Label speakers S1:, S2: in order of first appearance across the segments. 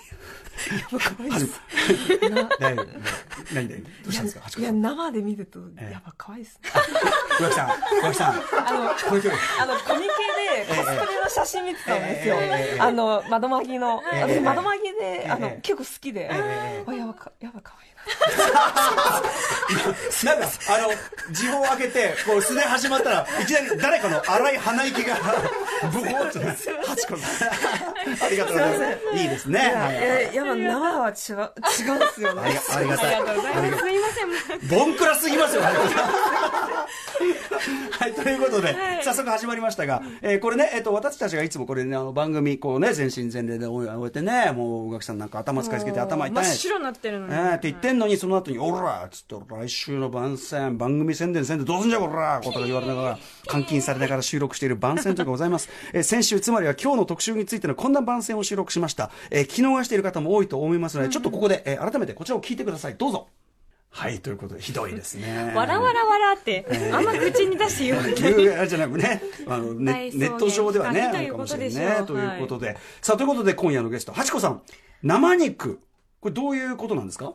S1: やば可愛いです。な
S2: 何何何どうしたんですか八
S1: い
S2: 子
S1: や
S2: さん。
S1: 生で見ると
S2: ええ
S1: やば可愛いですね。
S2: 小木さん、小木さ
S1: あ
S2: ん、
S1: の
S2: この距離。
S1: あのコミケでコスプレの写真見てたんですよ
S2: ええええええ。
S1: あの窓マギの
S2: ええ
S1: 私窓マギであ
S2: え
S1: の
S2: え
S1: 結構好きで、
S2: え
S1: あやばかやば可愛いな。
S2: なんか、あの、時報を開けて、こう、素で始まったら、いきなり誰かの荒い鼻息 が、ブコーッとね、八子さん。ありがとうございます。いいですね。
S1: いや
S2: はいい
S1: ややっぱ生は違う違うんですよ
S2: あり
S1: ね。
S2: がありがたい。
S3: すみません。
S2: ボンクラすぎますよ、はい、ということで、早速始まりましたが、えーこれね、えっと、私たちがいつもこれね、あの番組、こうね、全身全霊で終えてね、もう、おがきさんなんか頭使いつけて頭痛
S3: 真
S2: い
S3: っ。白になってるの
S2: え
S3: に。
S2: ー、って言ってんのに、その後に、おらっつって、来週の番宣、番組宣伝宣伝、どうすんじゃこらことが言われながら、監禁されながら収録している番宣というございます。えー先週、つまりは今日の特集についてのこんな番宣を収録しました。えー、聞き逃している方も多いと思いますので、ちょっとここで、えー改めてこちらを聞いてください。どうぞ。はい、ということで、ひどいですね。
S3: わらわらわらって、あんま口に出して 言わない。
S2: 言うじゃ なくね、あの
S3: は
S2: ネ
S3: い
S2: ネット上ではね、
S3: そうね
S2: あるかもしれないね。
S3: と
S2: と
S3: い
S2: いうう
S3: こ
S2: こととで、さあ、ということで今夜のゲスト、はちこさん、生肉、これどういうことなんですか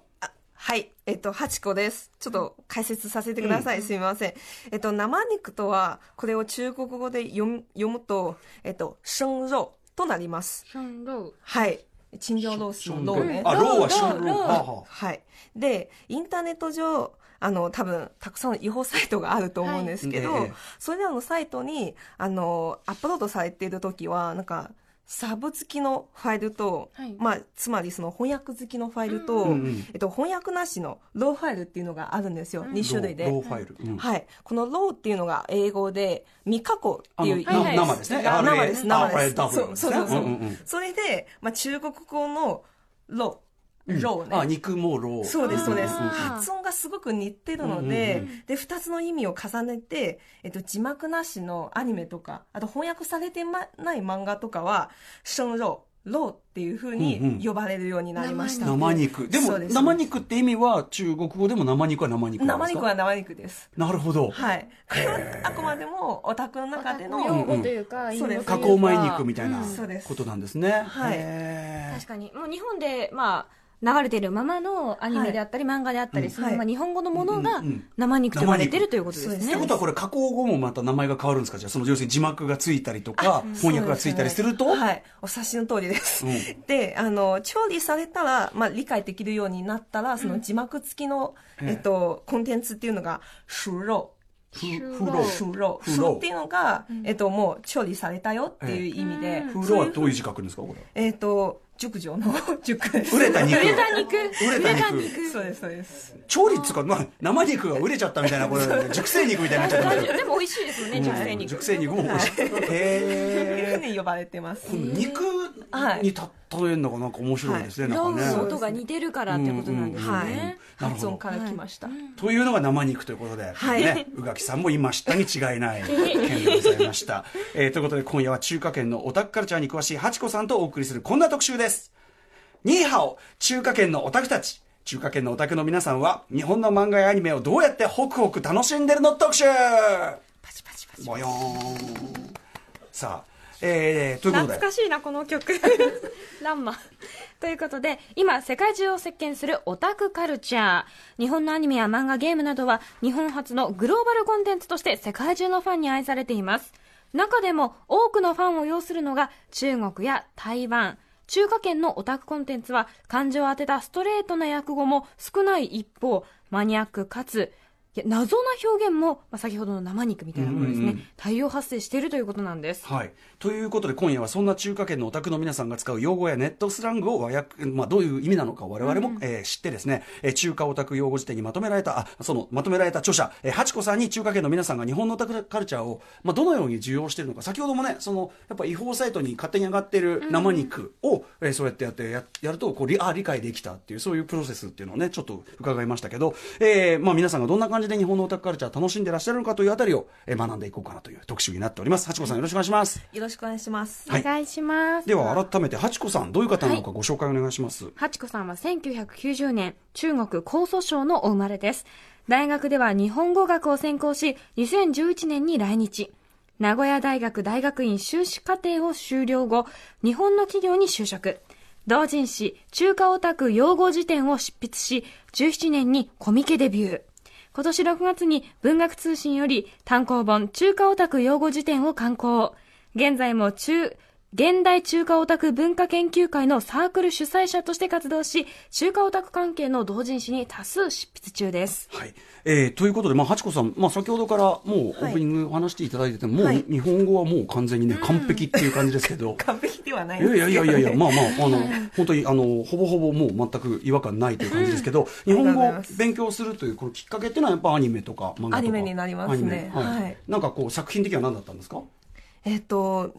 S1: はい。えっと、ハチコです。ちょっと解説させてください。すみません。えっと、生肉とは、これを中国語で読む読むと、えっと、生肉となります。
S3: ションロウ
S1: はい。チンジャオロースのローね。
S2: あ、ローは
S3: ロ
S2: シ
S3: ー
S2: ンロー。
S3: ロー
S2: はあはあ
S1: はい。で、インターネット上、あの、多分、たくさん違法サイトがあると思うんですけど、
S2: はいええ
S1: それらのサイトに、あの、アップロードされているときは、なんか、サブ付きのファイルと、
S3: はい
S1: まあ、つまりその翻訳付きのファイルと、
S2: うんうん
S1: えっと、翻訳なしのローファイルっていうのがあるんですよ。
S3: うん
S1: 2種類で
S2: ロ。ーファイル。うん
S1: はい。このローっていうのが英語で、未加工って
S2: あ
S1: い
S2: の
S1: う
S3: はいは
S2: ない生ですね。
S3: あ
S2: RA
S1: 生です、生です。
S2: RAW
S1: そうそうそう。そ
S2: んん
S1: うんそれで、まあ、中国語のロ
S2: うん
S1: ー、ローね。
S2: あ、肉もロー。
S1: そうです、そうです。
S3: あー
S1: 発音がすごく似てるの
S2: う
S1: で
S2: んうん、
S1: で、二つの意味を重ねて、えっと、字幕なしのアニメとか、あと翻訳されてまない漫画とかは、生ロー、ローっていう風
S2: うんう
S1: に
S2: ん
S1: 呼ばれるようになりました。
S2: 生肉。で
S1: そ
S2: も、
S1: うです
S2: 生肉って意味は、中国語でも生肉は生肉なんで
S1: 生
S2: すか
S1: 肉は生肉です。
S2: なるほど。
S1: はい。これはあくまでもオタクの中で
S3: 用
S1: の、
S3: 語というか、
S1: うん
S3: 隠語というか
S2: 加工前肉みたいな
S3: うん
S1: そうです
S2: ことなんですね。
S1: はい
S2: へ
S3: 確かに。もう日本で、まあ、流れてるままのアニメであったり、漫画であった
S2: う
S3: り、
S2: ん
S3: そのま
S1: は
S3: あ
S1: い
S3: 日本語のもの
S2: う
S3: が
S2: んうん
S3: 生肉と呼ばれてるということです
S1: 生
S2: ー。っ
S1: 肉
S2: て
S3: ね
S2: こ。とはこれ加工後もまた名前が変わるんですかじゃあその要するに字幕がついたりとか翻訳がついたりすると
S1: はい。お察しの通りです。で、あの、調理されたら、まあ、理解できるようになったら、その字幕付きの、
S2: ええ
S1: えっと、コンテンツっていうのが、熟肉。
S2: ふ
S3: うん
S2: ふろ
S1: 熟肉。熟
S2: 腐肉
S1: っていうのが
S3: ん、
S1: えっと、もう調理されたよっていう意味で、
S3: え
S2: ふ
S1: そ
S2: ろ
S1: う
S2: は
S1: いう
S2: どういう字書くんですかこれ
S1: えっと、熟女の 熟です。
S2: 熟れた肉
S3: 売れた肉
S2: 売れた肉
S1: そうです、そうです。
S2: 調理っつうか、まあ、生肉が売れちゃったみたいなこれ熟成肉みたいになっちゃったみたい
S3: でも美味しいですよね、
S2: な
S3: 熟成
S2: うん
S3: 肉。
S2: 熟成肉も美味しい
S1: という
S2: へ
S1: ふうに呼ばれてます。
S2: え肉
S1: はい
S2: に例えるのがなんか面白いですねな
S3: ロ
S2: ん
S3: ー
S2: か
S3: の
S2: ね
S3: 音が似てるからってことなんです
S2: うんうんうん
S3: ね。
S2: なるほ
S1: 発音
S2: ど
S1: から来ました。
S2: というのが生肉ということで、
S1: はい
S2: ね、宇垣さんも今知ったに違い ない件でございました。えーということで今夜は中華圏のオタクカルチャーに詳しいハチコさんとお送りするこんな特集です。ニーハオ中華圏のオタクたち中華圏のオタクの皆さんは日本の漫画やアニメをどうやってホクホク楽しんでるの特集
S1: パチパチパチ。
S2: ボヨーンさあ、えー、ということ
S3: 懐
S2: で
S3: かしいな、こ の曲。ランマ。ということで、今、世界中を席巻するオタクカルチャー。日本のアニメや漫画、ゲームなどは、日本初のグローバルコンテンツとして世界中のファンに愛されています。中でも、多くのファンを要するのが、中国や台湾。中華圏のオタクコンテンツは、感情を当てたストレートな訳語も少ない一方、マニアックかつ、いや謎な表現も、まあ、先ほどの生肉みたいなものですね、
S2: うんうんうん
S3: 大量発生しているということなんです。
S2: はい、ということで今夜はそんな中華圏のお宅の皆さんが使う用語やネットスラングを和訳、まあ、どういう意味なのか我々も、えー知ってですね、えー中華オタク用語辞典にまとめられたあそのまとめられた著者、えー、ハチコさんに中華圏の皆さんが日本のオタクカルチャーを、まあ、どのように受容しているのか先ほどもねそのやっぱ違法サイトに勝手に上がっている生肉を、えーそうやってやってややるとこうりあ理解できたっていうそういうプロセスっていうのをねちょっと伺いましたけど、えーまあ、皆さんがどんな感じで日本のオタクカルチャー楽しんでらっしゃるのかというあたりを、えー学んでいこうかなという特集になっております。ハチコさんよろしくお願いします
S1: よろしくお願いします。
S2: はい
S3: お願いします。
S2: では改めてハチコさんどういう方なのかご紹介お願いします、
S3: ハチコさんは1990年、中国江蘇省のお生まれです。大学では日本語学を専攻し、2011年に来日。名古屋大学大学院修士課程を修了後、日本の企業に就職。同人誌中華オタク用語辞典を執筆し、17年にコミケデビュー。今年6月に文学通信より単行本中華オタク用語辞典を刊行。現在も中、現代中華オタク文化研究会のサークル主催者として活動し、中華オタク関係の同人誌に多数執筆中です。
S2: はいえーということで、まあ、ハチコさん、まあ、先ほどからもうオープニング話していただいてて、もう、
S1: はい
S2: 日本語はもう完全にね、完璧っていう感じですけど。
S1: 完璧ではない
S2: い
S1: んです
S2: や
S1: け
S2: い
S1: ど、
S2: や
S1: ね、
S2: いやいやいや、まあまあ、あの、本当に、あの、ほぼほぼもう全く違和感ないという感じですけど、日本語
S1: ありがとうござい
S2: を
S1: ます
S2: 勉強するという、このきっかけっていうのはやっぱアニメとか漫画とか。
S1: アニメになりますね
S2: アニメはい
S1: はい
S2: なんかこう、作品的には何だったんですか
S1: えっと、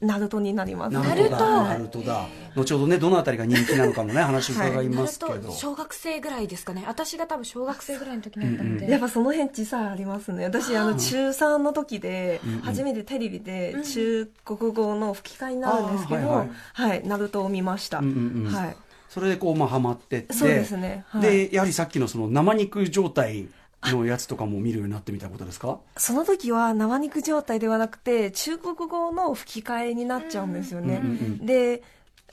S1: ナルトになります。
S2: ナルトだ。ナルトだ。後ほどね、どのあたりが人気なのかもね、話伺いますけど。
S3: 小学生ぐらいですかね。私が多分小学生ぐらいの時にやったので。
S1: やっぱその辺小さいありますね私あの中3の時で初めてテレビで中国語の吹き替えになるんですけ
S2: あー
S1: ど
S2: はい
S1: はいナルトを見ました
S2: うんうんうん
S1: はい
S2: それでこう、まあ、ハマってって。
S1: そうですねはい
S2: で、やはりさっきのその生肉状態のやつとかも見るようになってみたいなことですか
S1: その時は生肉状態ではなくて中国語の吹き替えになっちゃうんですよね
S2: うんうんうん
S1: で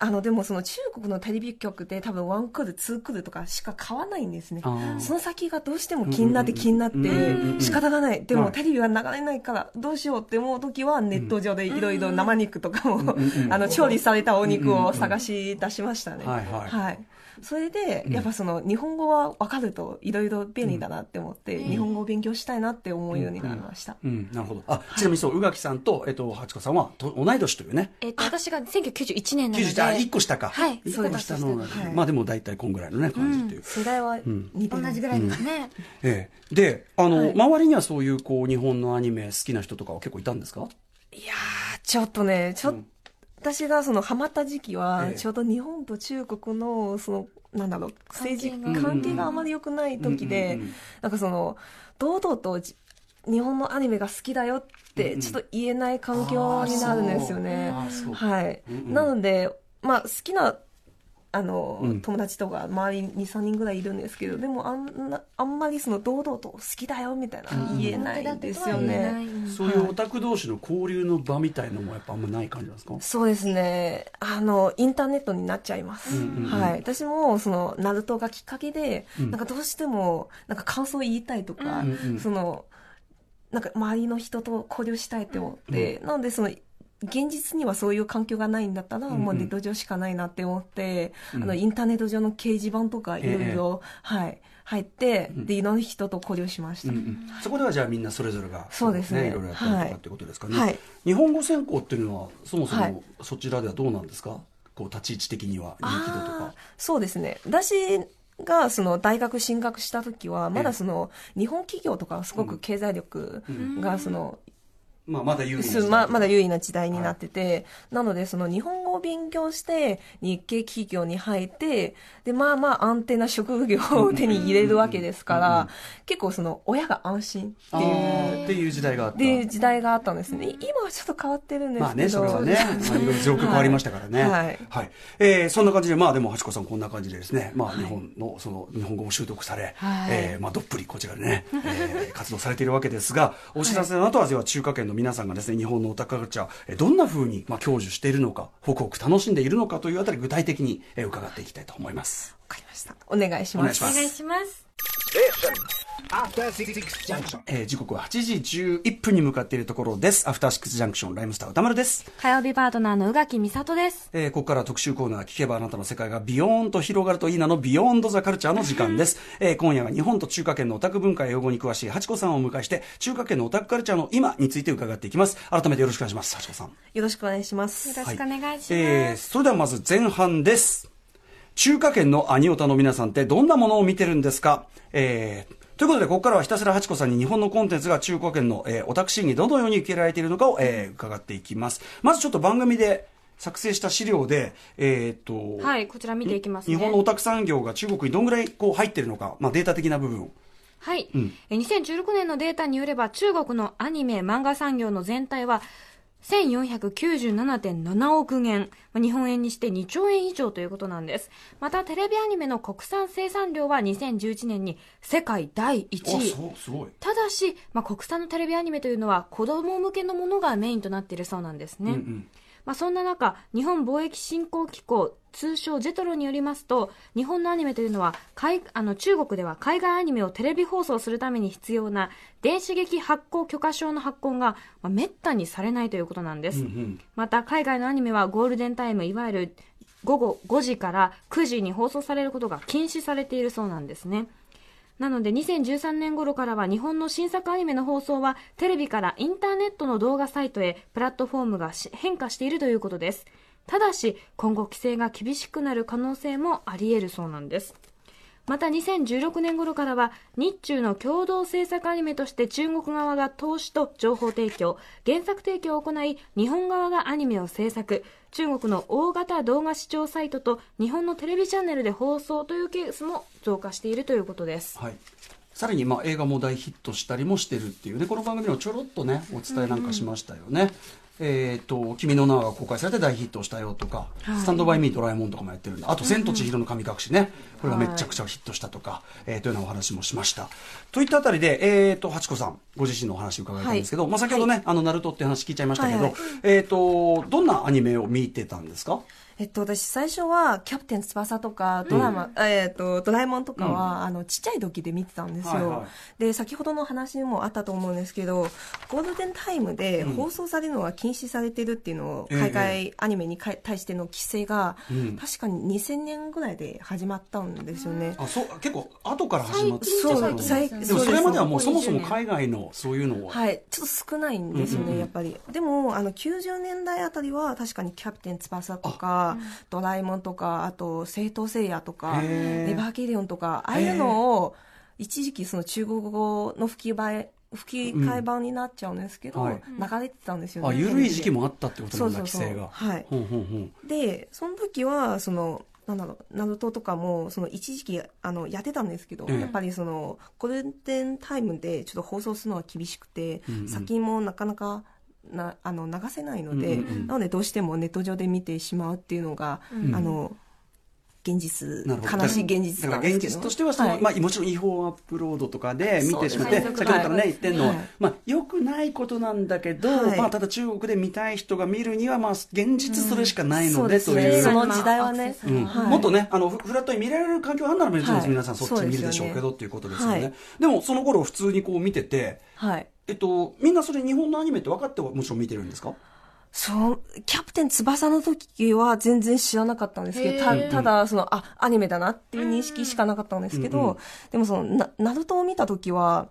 S1: あのでもその中国のテレビ局で多分ワンクールツークールとかしか買わないんですね
S2: あー
S1: その先がどうしても気になって気になって
S2: うんうんうんうん
S1: 仕方がないで
S2: は
S1: も
S2: い
S1: テレビは流れないからどうしようって思う時はネット上でいろいろ生肉とかも
S2: うんうん
S1: あの調理されたお肉
S2: うんうんう
S1: を
S2: ん
S1: 探し出しましたね
S2: はいはい
S1: それでやっぱその日本語は分かるといろいろ便利だなって思って日本語を勉強したいなって思うようになりました
S2: うん、なるほど。あ、ちなみにそう、宇垣さんと、えっと、八子さんは、と同い年というね。
S3: えっと、私が1991年なので。
S2: 90、あ、1個下か。
S3: はい
S2: 1個下の
S3: そうです
S1: はい
S2: まあでも大体こんぐらいのね、感じっていう。
S1: 世代は似てる
S3: 同じぐらいですね。
S2: ええ。で、あの、
S1: はい
S2: 周りにはそういう、こう、日本のアニメ好きな人とかは結構いたんですか
S1: いやーちょっとねちょ、
S2: ん
S1: 私がそのハマった時期は、
S2: ええ
S1: ちょうど日本と中国のそのなんだろう政治
S3: 関係
S1: 関係
S3: が
S1: があまり良くない時で、
S2: うんうんうん
S1: なんかその堂々とじ日本のアニメが好きだよってちょっと言えない環境になるんですよね。
S2: あーそうあーそう
S1: はい、
S2: うんうん
S1: なので、まあ、好きなあの、
S2: うん
S1: 友達とか周りに3人ぐらいいるんですけどでもあんなあんまりその堂々と好きだよみたいなの言えないんですよね。
S2: そういうオタク同士の交流の場みたいのもやっぱあんまない感じなんですか
S1: そうですね。あの、インターネットになっちゃいます。
S2: うんうんうん
S1: はい。私も、その、ナルトがきっかけで、
S2: うん
S1: なんかどうしても、なんか感想言いたいとか、
S2: うんうん
S1: その、なんか周りの人と交流したいって思って、なので、その、現実にはそういう環境がないんだったら、
S2: んうん
S1: もうネット上しかないなって思って、
S2: うん
S1: あの、インターネット上の掲示板とか、いろいろ、はい、入って、で、いろんな人と交流しました。
S2: うんうんそこではじゃあみんなそれぞれが
S1: そうですね
S2: いろいろやったりと
S1: は
S2: か
S1: い
S2: ってことですかね、
S1: はい
S2: 日本語専攻っていうのはそもそ
S1: はい
S2: もそちらではどうなんですか、こう立ち位置的には人気度と
S1: あー
S2: か
S1: そうですね私がその大学進学した時はまだその日本企業とかはすごく経済力がその、
S2: まあ、まだ有利
S1: すままだ優位な時代になってて、なのでその日本語を勉強して日系企業に入ってでまあまあ安定な職業を手に入れるわけですから結構その親が安心って
S2: あ
S1: いう
S2: ーっていう時代があっ
S1: ったていう時代があったんですね今はちょっと変わってるんで
S2: ますあ
S1: け
S2: ね、
S1: ど、
S2: それはね、まあいろいろ状況変わりましたからね。
S1: はい
S2: はい。えーそんな感じで、まあでも、はちこさんこんな感じでですね、まあ日本の、その、日本語を習得され、
S3: はい
S2: えーまあどっぷりこちらでね、えー 活動されているわけですが、お知らせの後は、では中華圏の皆さんがですね、日本のオタクカルチャー、えーどんな風に、まあ享受しているのか、ホクホク楽しんでいるのかというあたり、具体的に、えー伺っていきたいと思います。
S1: わかりましたお願いし
S2: お願
S1: ま
S2: いし
S1: す
S2: ます。
S3: します。
S4: After Six Junction.
S2: えー時刻は8時11分に向かっているところです。アフターシックスジャンクション、ライムスター歌丸です。
S3: 火曜日パートナーの宇垣美里です。
S2: えーここから特集コーナー聞けばあなたの世界がビヨーンと広がるといいなのビヨーンドザカルチャーの時間です。えー今夜は日本と中華圏のオタク文化や用語に詳しいハチコさんをお迎えして、中華圏のオタクカルチャーの今について伺っていきます。改めてよろしくお願いします、ハチコさん。
S1: よろしくお願いします
S3: よろしくお願いします。
S2: えーそれではまず前半です。中華圏のアニオタの皆さんってどんなものを見てるんですかえーということで、ここからはひたすらハチコさんに日本のコンテンツが中華圏の、えー、オタクシーンにどのように受け入れられているのかを、えー伺っていきます。まずちょっと番組で作成した資料で、えーっと、
S3: はい、こちら見ていきますね。
S2: 日本のオタク産業が中国にどんぐらいこう入ってるのか、まあ、データ的な部分を
S3: はい、え2016年のデータによれば中国のアニメ漫画産業の全体は1497.7億元、まあ日本円にして2兆円以上ということなんです。またテレビアニメの国産生産量は2011年に世界第1位。
S2: うすごい、
S3: ただし、まあ、国産のテレビアニメというのは子供向けのものがメインとなっているそうなんですね。
S2: うんうん
S3: ままあ、そんな中日本貿易振興機構通称ジェトロによりますと日本のアニメというのは海あの中国では海外アニメをテレビ放送するために必要な電子劇発行許可証の発行が、まあ、めったにされないということなんで
S2: うん
S3: す、
S2: うん
S3: また海外のアニメはゴールデンタイムいわゆる午後5時から9時に放送されることが禁止されているそうなんですねなので2013年頃からは日本の新作アニメの放送はテレビからインターネットの動画サイトへプラットフォームがし変化しているということですただし今後規制が厳しくなる可能性もあり得るそうなんですまた2016年頃からは日中の共同制作アニメとして中国側が投資と情報提供原作提供を行い日本側がアニメを制作中国の大型動画視聴サイトと日本のテレビチャンネルで放送というケースも増加しているということです
S2: はい、さらにまあ映画も大ヒットしたりもしてるっていうねこの番組でもちょろっとねお伝えなんかしましたよね。えー、と君の名は公開されて大ヒットしたよとか、スタンドバイミードラえもんとかもやってるんで、あと千と千尋の神隠しね、これがめちゃくちゃヒットしたとか、えーというようなお話もしました。といったあたりで、えー、と、ハチコさん、ご自身のお話伺いたんですけど、まあ先ほどね、あの、ナルトって話聞いちゃいましたけど、
S1: はいはい
S2: えー、と、どんなアニメを見てたんですか
S1: えっと、私最初は、キャプテン翼とか、ドラマ、えっと、ドラえもんとかは、あの、ちっちゃい時で見てたんですよ。
S2: はいは
S1: で、先ほどの話にもあったと思うんですけど、ゴールデンタイムで放送されるのが禁止されてるっていうのを、
S2: ええ
S1: 海外アニメにか対しての規制が、
S2: うん
S1: 確かに2000年ぐらいで始まったんですよね。
S2: あそう結構後から始まって
S1: 最近
S2: で
S1: じゃないですよね
S2: でもそれまではもうそ
S3: そう
S2: も
S3: で
S2: そ
S3: すね
S2: も海外のそういうのを、
S1: はい、ちょっと少ないんですよね、
S2: うんうんうん
S1: やっぱり。でも、あの、90年代あたりは、確かにキャプテン翼とか、ドラえもんとか、あと、聖闘聖夜とか、
S2: へー
S1: エヴァーゲリオンとか、ああいうのを、一時期その中国語の吹き替え、吹き替え版になっちゃうんですけど、
S2: うんはい
S1: 流れてたんですよね。
S2: あ緩い時期
S1: も
S2: もあったってことなんだ規制が
S1: はい。
S2: ほんほんほん
S1: で、その時は、その、なんだろう、ナルトとかも、その一時期、あの、やってたんですけど、
S2: ええ
S1: やっぱりその、ゴールデンタイムでちょっと放送するのは厳しくて、
S2: うんうん
S1: 先もなかなか、なあの流せないので、
S2: うんうんうん
S1: なのでどうしてもネット上で見てしまうっていうのが、
S2: ん
S1: あの現実
S2: なるほど
S1: 悲しい現実
S2: だ
S1: な
S2: か
S1: んで
S2: ら
S1: すけ
S2: 現
S1: ど
S2: 実としてはその、
S1: はい
S2: まあ、もちろん違法アップロードとかで見てしまって、
S1: そうですね
S2: 先ほどからね言ってるのは、
S1: はい
S2: まあ、よくないことなんだけど、
S1: はい
S2: まあ、ただ中国で見たい人が見るには、まあ、現実それしかないので、
S1: うんそ
S2: と
S1: うですね
S2: いう
S1: その時代はね
S3: アクセス
S2: う
S3: が
S2: ん
S1: はい
S2: もっとねあのフフラットに見られる環境があるなら別に、
S1: はい
S2: 皆さんそっち見るでしょう
S1: そうで
S2: け
S1: すよ
S2: どっていうことですよね
S1: はい
S2: でもその頃普通にこう見てて
S1: はい
S2: えっと、みんなそれ日本のアニメって分かってはもちろん見てるんですか
S1: そう、キャプテン翼の時は全然知らなかったんですけど、
S3: へ
S1: た
S3: ー
S1: ただ、その、あ、アニメだなっていう認識しかなかったんですけど、
S2: うんうん
S1: でもその、な、ナルトを見た時は、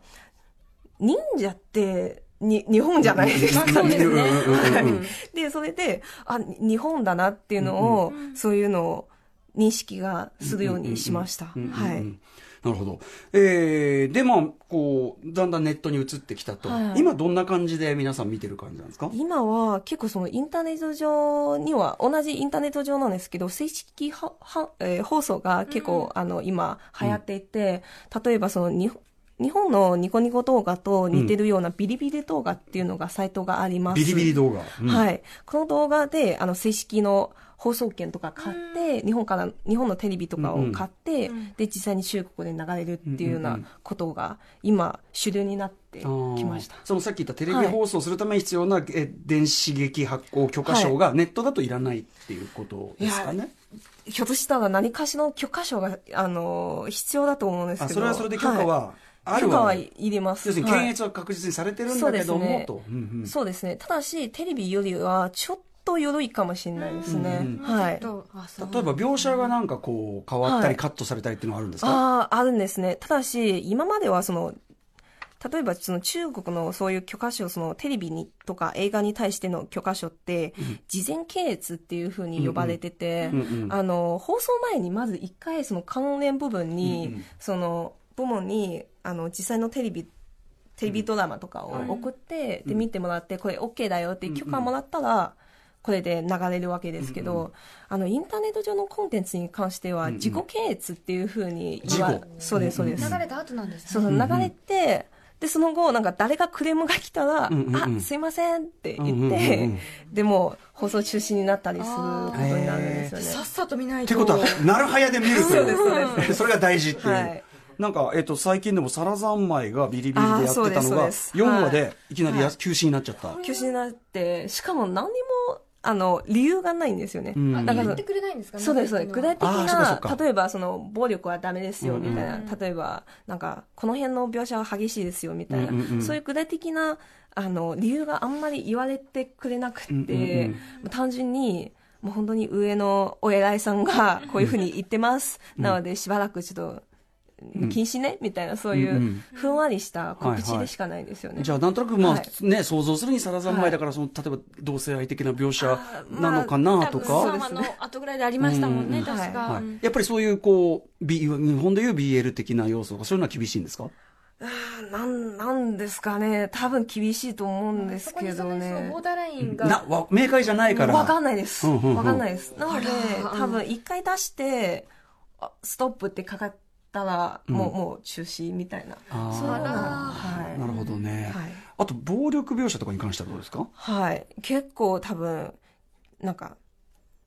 S1: 忍者って、に、日本じゃないですか。
S3: そうですね
S2: んうんうんうん
S1: で、それで、あ、に日本だなっていうのを、そういうのを認識がするようにしました。
S2: うんうんうん
S1: は
S2: う
S1: い。
S2: んなるほど。えー、で、まあ、こう、だんだんネットに移ってきたと。
S1: はい
S2: 今どんな感じで皆さん見てる感じなんですか
S1: 今は結構そのインターネット上には、同じインターネット上なんですけど、正式はは、えー放送が結構、あの今流行っていて、例えばそのに日本のニコニコ動画と似てるようなビリビリ動画っていうのがサイトがあります。
S2: ビリビリ動画。うん
S1: はい。この動画で、あの、正式の放送権とか買って、日本から、日本のテレビとかを買って、で、実際に中国で流れるっていうよう
S2: うんう
S1: なん
S2: うん
S1: ことが、今、主流になってき
S2: あー
S1: ました。
S2: そのさっき言ったテレビ放送するために必要な、え電子劇発行許可証がネットだといらないっていうことですかね。
S1: ひょっとしたら何かしらの許可証が、あのー必要だと思うんです
S2: あ
S1: けど。
S2: それはそれで許可
S1: い
S2: はある
S1: 許可
S2: わ、
S1: はいります。
S2: 要するに検
S1: は
S2: 閲は確実にされてるんだけども、
S1: はい
S2: と。うんうん
S1: いそうですね。ただし、テレビよりは、ちょっと緩いかもしれないですね。
S2: うんうん
S1: はい。
S2: 例えば描写がなんかこう変わった
S1: は
S2: り
S1: い
S2: カットされたりっていうのはあるんですか、
S1: ああ、あるんですね。ただし、今まではその、例えばその中国のそういう許可証、そのテレビにとか映画に対しての許可証って、事前検閲っていうふうに呼ばれてて
S2: うんうんうんう、ん
S1: あの、放送前にまず一回その関連部分
S2: うんう
S1: に
S2: ん、
S1: その部門に、あの、実際のテレビ、テレビドラマとかを送って、で、見てもらって、これ OK だよって許可もらったら、これで流れるわけですけど、あの、インターネット上のコンテンツに関しては、自己検閲っていうふうに言わ
S2: 自己
S1: そうです、そうです。
S3: 流れた後なんです
S1: そうそう、流れて、で、その後、なんか誰がクレームが来たら、
S2: うんうんうん
S1: あ、すいませんって
S2: うんうん
S1: 言
S2: う
S1: っ
S2: ん
S1: て、
S2: うん
S1: でも、放送中止になったりすることになるんですよね。
S3: っさと見ない
S2: ってことは、なるはやで見るという。
S1: そうですそう
S2: それが大事っていう。
S1: はい
S2: なんか、えっと、最近でも、サラ三昧がビリビリでやって
S1: あ
S2: た
S1: ーそうです
S2: の
S1: そう
S2: が、
S1: です
S2: 4話
S1: は
S2: でいきなりや休止になっちゃった。
S1: 休止になって、しかも何にもあの、理由がないんですよね。
S2: うん
S3: あ
S1: だか
S3: 言
S1: ら
S3: ってくれないんですか
S1: そうです、そうです。具体的
S2: あーそっかそっ
S1: な
S2: か、
S1: 例えば、その、暴力はダメですよ、みたいな
S3: うん。
S1: 例えば、なんか、この辺の描写は激しいですよ、みたいな
S2: うんうんうん。
S1: そういう具体的な、あの、理由があんまり言われてくれなく
S2: うんうんうん
S1: て、単純に、もう本当に上のお偉いさんが、こういうふうに言ってます。なので、しばらくちょっと、禁止ね、みたいな、そうい
S2: うんう、
S1: うんふんわりした告
S2: はい
S1: 知
S2: はい
S1: でしかないですよね。
S2: じゃあ、なんとなく、まあ、
S1: はい
S2: ね、想像するにサラザン前だから、その、例えば、同性愛的な描写なのかな、とか。
S1: まあ多分そう
S3: 様の後ぐらいでありましたもんね、
S2: うん
S3: 確か、
S2: はい
S3: うん
S2: やっぱりそういう、こう、B、日本でいう BL 的な要素とか、そういうのは厳しいんですか
S1: なん、なんですかね。多分厳しいと思うんです
S3: そこ
S1: け
S3: に
S1: ど
S3: その
S1: ね。
S3: そのボーダーラインが
S2: な、わ明快じゃないから。
S1: わかんないです。
S2: うんうんうん
S1: わかんないです。なので
S3: あら、
S1: 多分一回出して、あストップってかかったら、も
S2: う
S1: う、もう中止みたいな。
S2: あー
S1: そういうのが、
S2: なる
S1: は
S2: ほどね。
S1: はい
S2: あと、暴力描写とかに関してはどうですか
S1: い。はい。結構多分、なんか、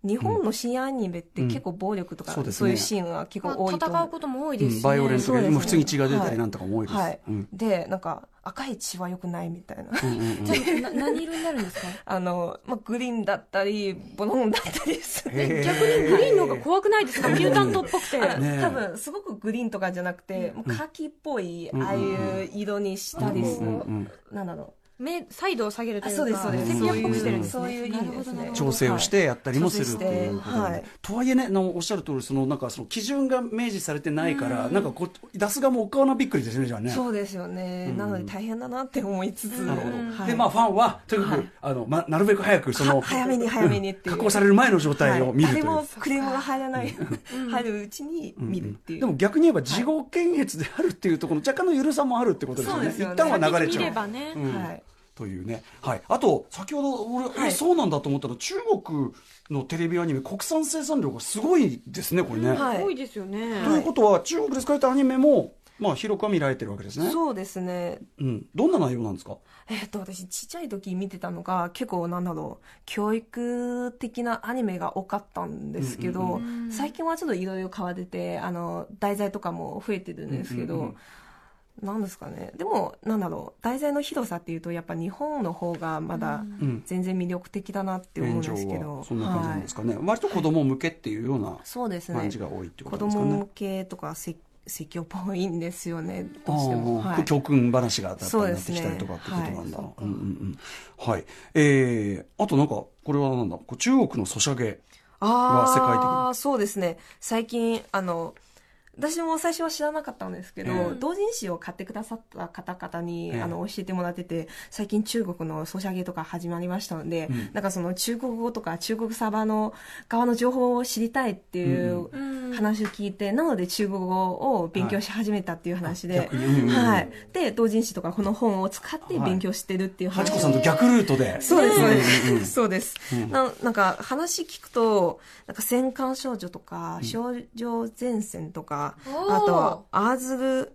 S1: 日本の深夜アニメって結構暴力とか、
S2: うんそうですね
S1: そういうシーンが結
S3: ま
S1: 構多
S3: あ
S1: いと
S3: 戦
S1: 思
S3: う
S1: う。
S3: ことも多いうですし、ね
S2: ん、バイオレント
S1: そう
S2: 系、
S1: ですね
S2: もう普通に血が出たりなんとかも多いです。
S1: はい、
S2: うん
S1: で、なんか、赤い血は良くないみたいな。
S2: うんうんうん
S3: な何色になるんですか
S1: あの、まあ、グリーンだったり、ボノンだったりする。
S2: へー
S3: 逆にグリーンの方が怖くないですかミュータントっぽくて、
S1: あの
S2: ねえ
S1: 多分すごくグリーンとかじゃなくて、もう柿っぽい、ああいう色にしたりす
S2: う
S1: る、
S2: んうんうん
S1: なんだろ
S3: 目サイドを下げる
S1: う
S3: と
S1: あ
S3: いうか
S1: そうですそうですそ
S3: 戦
S1: う
S3: 略っぽくしてる
S1: い
S3: ん
S1: う
S3: です、ね、
S1: そういう意味です
S3: な
S1: ね
S3: るほどなるほど
S2: 調整をしてやったりもするっていうことで、
S1: はい調整してはい
S2: とはいえね、あのおっしゃる通りそのなんかその基準が明示されてないから、なんかこう出す側もお顔なびっくりですねじゃあね。
S1: そうですよね、
S2: うん
S1: なので大変だなって思いつつ、
S2: なるほど。
S1: はい
S2: でまあファンはとにかく、
S1: はい
S2: あのまなるべく早くその
S1: は早めに早めにっていう、
S2: 加工される前の状態を見るとい
S1: はい誰
S2: う。
S1: もクレームが入らない、 入るうちに
S2: うんうん
S1: 見るっていう、
S2: でも逆に言えば自己検閲であるっていうところの若干の緩さもあるってことですよね
S1: そうですよね
S2: 一旦は流れち
S3: 見
S2: ゃ
S3: れ
S2: う
S3: ばね、
S2: うん
S1: はい
S2: というね、はい、あと先ほど俺、俺
S1: はい
S2: そうなんだと思ったの中国のテレビアニメ国産生産量がすごいですねこれね、
S1: はい
S3: 多いですよね、
S2: ということは中国で作られたアニメも、まあ、広くは見られてるわけですね
S1: そうですね
S2: うん、どんな内容なんですか
S1: えーっと、私、ちっちゃい時見てたのが、結構なんだろう、教育的なアニメが多かったんですけ
S2: うん
S1: ど、最近はちょっといろいろ変わってて、あの、題材とかも増えてるんですけ
S2: うんうんう
S1: ど、なんですかね。でも、なんだろう、題材の広さっていうと、やっぱ日本の方がまだ
S2: うん
S1: 全然魅力的だなって思うん
S2: 現
S1: で
S2: 状
S1: すけ
S2: は
S1: ど、
S2: そんな感じなんです
S1: はい
S2: かね、割と子供向けっていうような
S1: そうです
S2: 感
S1: ね
S2: じ。が多いってこ
S1: 子
S2: とですか
S1: 供
S2: ね
S1: 向けとかせ説教っぽいんですよね、
S2: あ
S1: どうしても。
S2: あ
S1: はい
S2: 教訓話がだったり
S1: そう
S2: な
S1: で
S2: っ
S1: す
S2: てき
S1: ね
S2: たりとかってことなんだ。
S1: はい
S2: うんうんうん。はい。えー、あとなんか、これはなんだ、こう中国のソシャゲ。
S1: あ
S2: 世界的
S1: あーそうですね。最近、あの、私も最初は知らなかったんですけど、
S2: え
S3: え
S1: 同人誌を買ってくださった方々に、
S2: ええ
S1: あの教えてもらってて、最近中国のソシャゲとか始まりましたので、
S2: うん
S1: なんかその中国語とか中国サーバーの側の情報を知りたいっていう
S3: うんうん
S1: 話を聞いて、なので中国語を勉強し始めたっていう話で、
S2: はい
S1: は
S2: 逆にうん
S1: い。で、同人誌とかこの本を使って勉強してるっていう
S2: ハ
S1: 話
S2: チコさんと逆ルートで。
S1: そうです、そうです。
S2: うんうんうん
S1: そうです、な。なんか話聞くと、なんか戦艦少女とか、少女前線とか、
S3: おー
S1: あとはアーズル、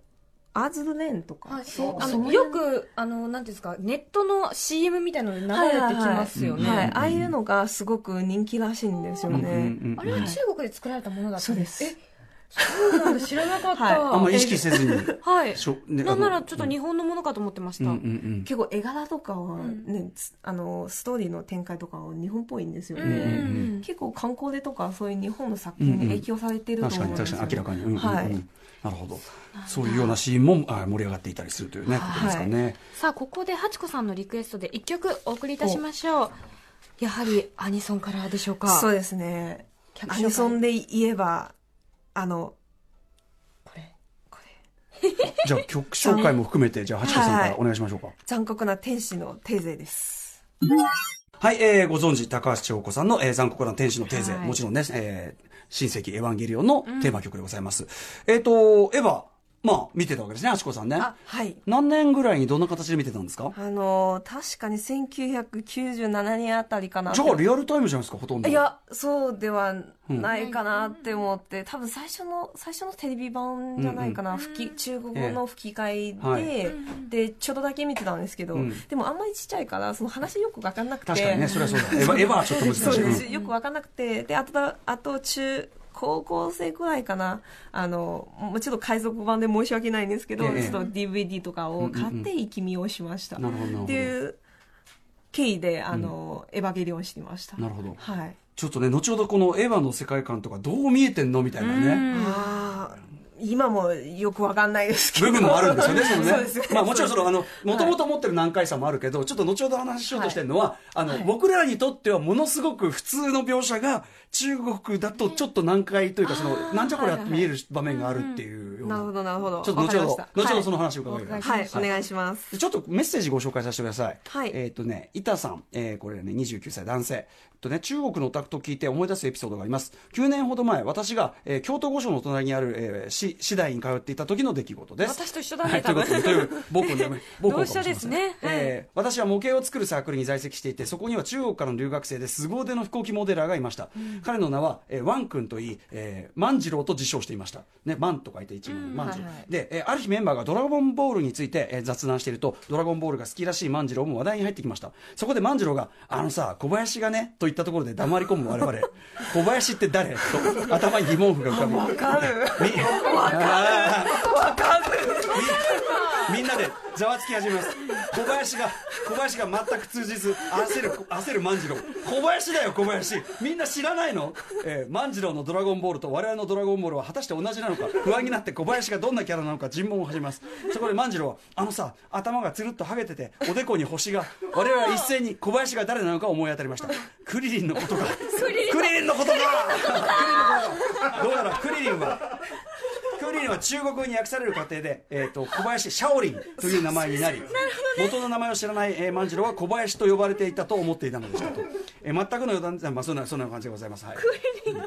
S1: アーズルレーンとか、
S3: はい、
S1: そう
S3: あ
S1: そう
S3: のよくあのなんていうんですかネットの CM みたいなので流れてきますよね、
S1: はいはいはいはいああいうのがすごく人気らしいんですよ
S2: うんうんう
S1: ね。
S2: ん
S3: あれは中国で作られたものだったん
S1: そう
S3: えそうなんだ知らなかった、
S1: はい
S2: あんま意識せずに。
S3: はい
S2: しょね
S3: なんなら
S2: あの
S3: ちょっと日本のものかと思ってまし
S2: うん
S3: た、
S2: うんうん。
S1: 結構絵柄とかは
S3: ん
S1: ね、つあの、ストーリーの展開とかは日本っぽいんですよね。
S2: うんうん
S1: 結構観光でとかそういう日本の作品に影響されてると
S2: 確
S1: 思う
S2: か
S1: ん
S2: に
S1: です
S2: 確
S1: よ、
S2: かに明らかに、うんうんう
S1: は
S2: ん
S1: い
S2: なるほどそういうようなシーンもあ盛り上がっていたりするというね、ことですかね
S3: さあここでハチコさんのリクエストで一曲お送りいたしましょうやはりアニソンからでしょうか
S1: そうですね。ア
S3: 曲紹介
S1: ニソンで言えば、あの、
S3: これ
S1: これ、
S2: じゃあ曲紹介も含めてじゃあハチコさんからお願いしましょうか
S1: 残酷な天使のテーゼです。
S2: はい、えー、ご存知、高橋千穂子さんの、えー、残酷な天使のテーゼ、
S3: はい
S2: もちろんね、えー、新世紀エヴァンゲリオンのテーマ曲でございます。えっ、と、エヴァ、まあ、見てたわけですね、あちこさんね。
S1: あ、はい。
S2: 何年ぐらいにどんな形で見てたんですか
S1: あのー確かに1997年あたりかなって
S2: じゃあ、リアルタイムじゃないですか、ほとんど。
S1: いや、そうではないかなって思って、多分最初の、最初のテレビ版じゃないかな、吹き、中国語の吹き替えで、
S2: え
S1: で、ちょっとだけ見てたんですけど、
S2: うん
S1: でもあんまりちっちゃいから、その話よくわかんなくて。
S2: 確かにね、それはそうだ。エヴァ、エヴァはちょっと難しい。
S1: そうで
S2: う
S1: す。よくわかんなくて。で、あとだ、あと中、高校生くらいかな。あの、もうちょっと海賊版で申し訳ないんですけど、
S2: ええ
S1: ちょっと DVD とかを買って、一気見をしました。
S2: んなるほど、なるほ
S1: っていう、経緯で、あの、エヴァゲリオンしてました。
S2: なるほど
S1: はい。
S2: ちょっとね、後ほどこのエヴァの世界観とかどう見えてんのみたいなね。
S1: ああ、今もよくわかんないですけど。
S2: 部分もあるんですよね、 そのね。
S1: そうですね。
S2: まあもちろんその、あの、もともと持ってる難解さもあるけど、ちょっと後ほどお話ししようとしてるのは、あの、
S1: はい
S2: 僕らにとってはものすごく普通の描写が、中国だとちょっと難解というか、その、なんじゃこりゃって見える場面があるっていうよう
S1: なるほど、なるほど。
S2: ちょっと後ほ
S1: わ
S2: ど
S1: か、りまし
S2: 後
S1: た
S2: ほどその話を伺います。
S1: はい、はいお願いします。
S2: でちょっとメッセージご紹介させてください。
S1: はい
S2: えっ、とね、板さん、えーこれね、29歳男性。えっとね、中国のオタクと聞いて思い出すエピソードがあります。9年ほど前、私が、えー京都御所の隣にある、えー、市、市内に通っていた時の出来事です。
S3: 私と一緒だね
S2: はい、とい
S3: 多
S2: うこ
S3: 分
S2: とで、という、僕の、僕の。
S3: 同志社ですねはい
S2: えー私は模型を作るサークルに在籍していて、そこには中国からの留学生で凄腕の飛行機モデラーがいました。彼の名は、えー、ワン君といい、えー、万次郎と自称していました。ね、万と書いて一文、万次郎
S1: はいはい
S2: で、えーある日メンバーがドラゴンボールについて、えー雑談していると、ドラゴンボールが好きらしい万次郎も話題に入ってきました。そこで万次郎が、あのさ、小林がね、と言ったところで黙り込む 我々。小林って誰と頭に疑問符が浮かぶ。わかる。わかる。わかる。みんなでざわつき始めます。小林が、小林が全く通じず、焦る、焦る万次郎。小林だよ、小林。みんな知らないのえー万次郎のドラゴンボールと我々のドラゴンボールは果たして同じなのか、不安になって小林がどんなキャラなのか尋問を始めます。そこで万次郎は、あのさ、頭がつるっとハゲてて、おでこに星が、我々は一斉に小林が誰なのか思い当たりました。クリリンのことか。クリリンのことかどうやらクリリンは、クリリンは中国語に訳される過程で、えー、と小林シャオリンという名前になり、元の名前を知らない、えー、万次郎は小林と呼ばれていたと思っていたのでしたと、えー全くの余談じゃ、まあ、そんなそんな感じでございます。はい、クリリ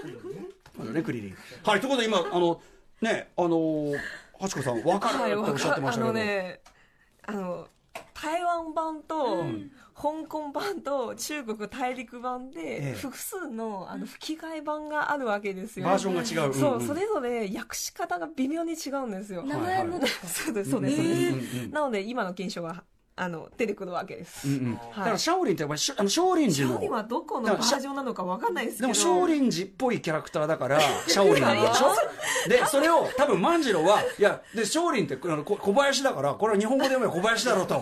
S2: ン、ね、クリリンはいということで今あのねあのーハチコさん分か
S1: はい、
S2: るってお
S1: わ
S2: っしゃっ
S1: か
S2: て
S1: る。
S2: ま
S1: あ
S2: したけど、
S1: のね、あの、台湾版と、香港版と中国大陸版
S2: ええ
S1: で複数のあの吹き替え版があるわけですよ。
S2: バージョンが違う。
S1: そ
S2: ん
S1: う、
S2: ん
S1: それぞれ訳し方が微妙に違うんですよ。
S3: 名前もですか
S1: そうです、そうです。そう
S2: うん
S1: で
S2: うんう
S1: す
S2: ん
S1: なので、今の現象が、あの、出てくるわけです。
S2: うんうんだか
S1: は
S2: ら
S1: い。
S2: シャオリンってやっぱりしあの少林寺の
S1: 今どこのバージョンなのかわかんないですけ
S2: で
S1: ど。
S2: も少林寺っぽいキャラクターだから、少林なんでしょで、それを多分万次郎は、いや、で、少林ってあのこ小林だから、これは日本語で読めば小林だろうと。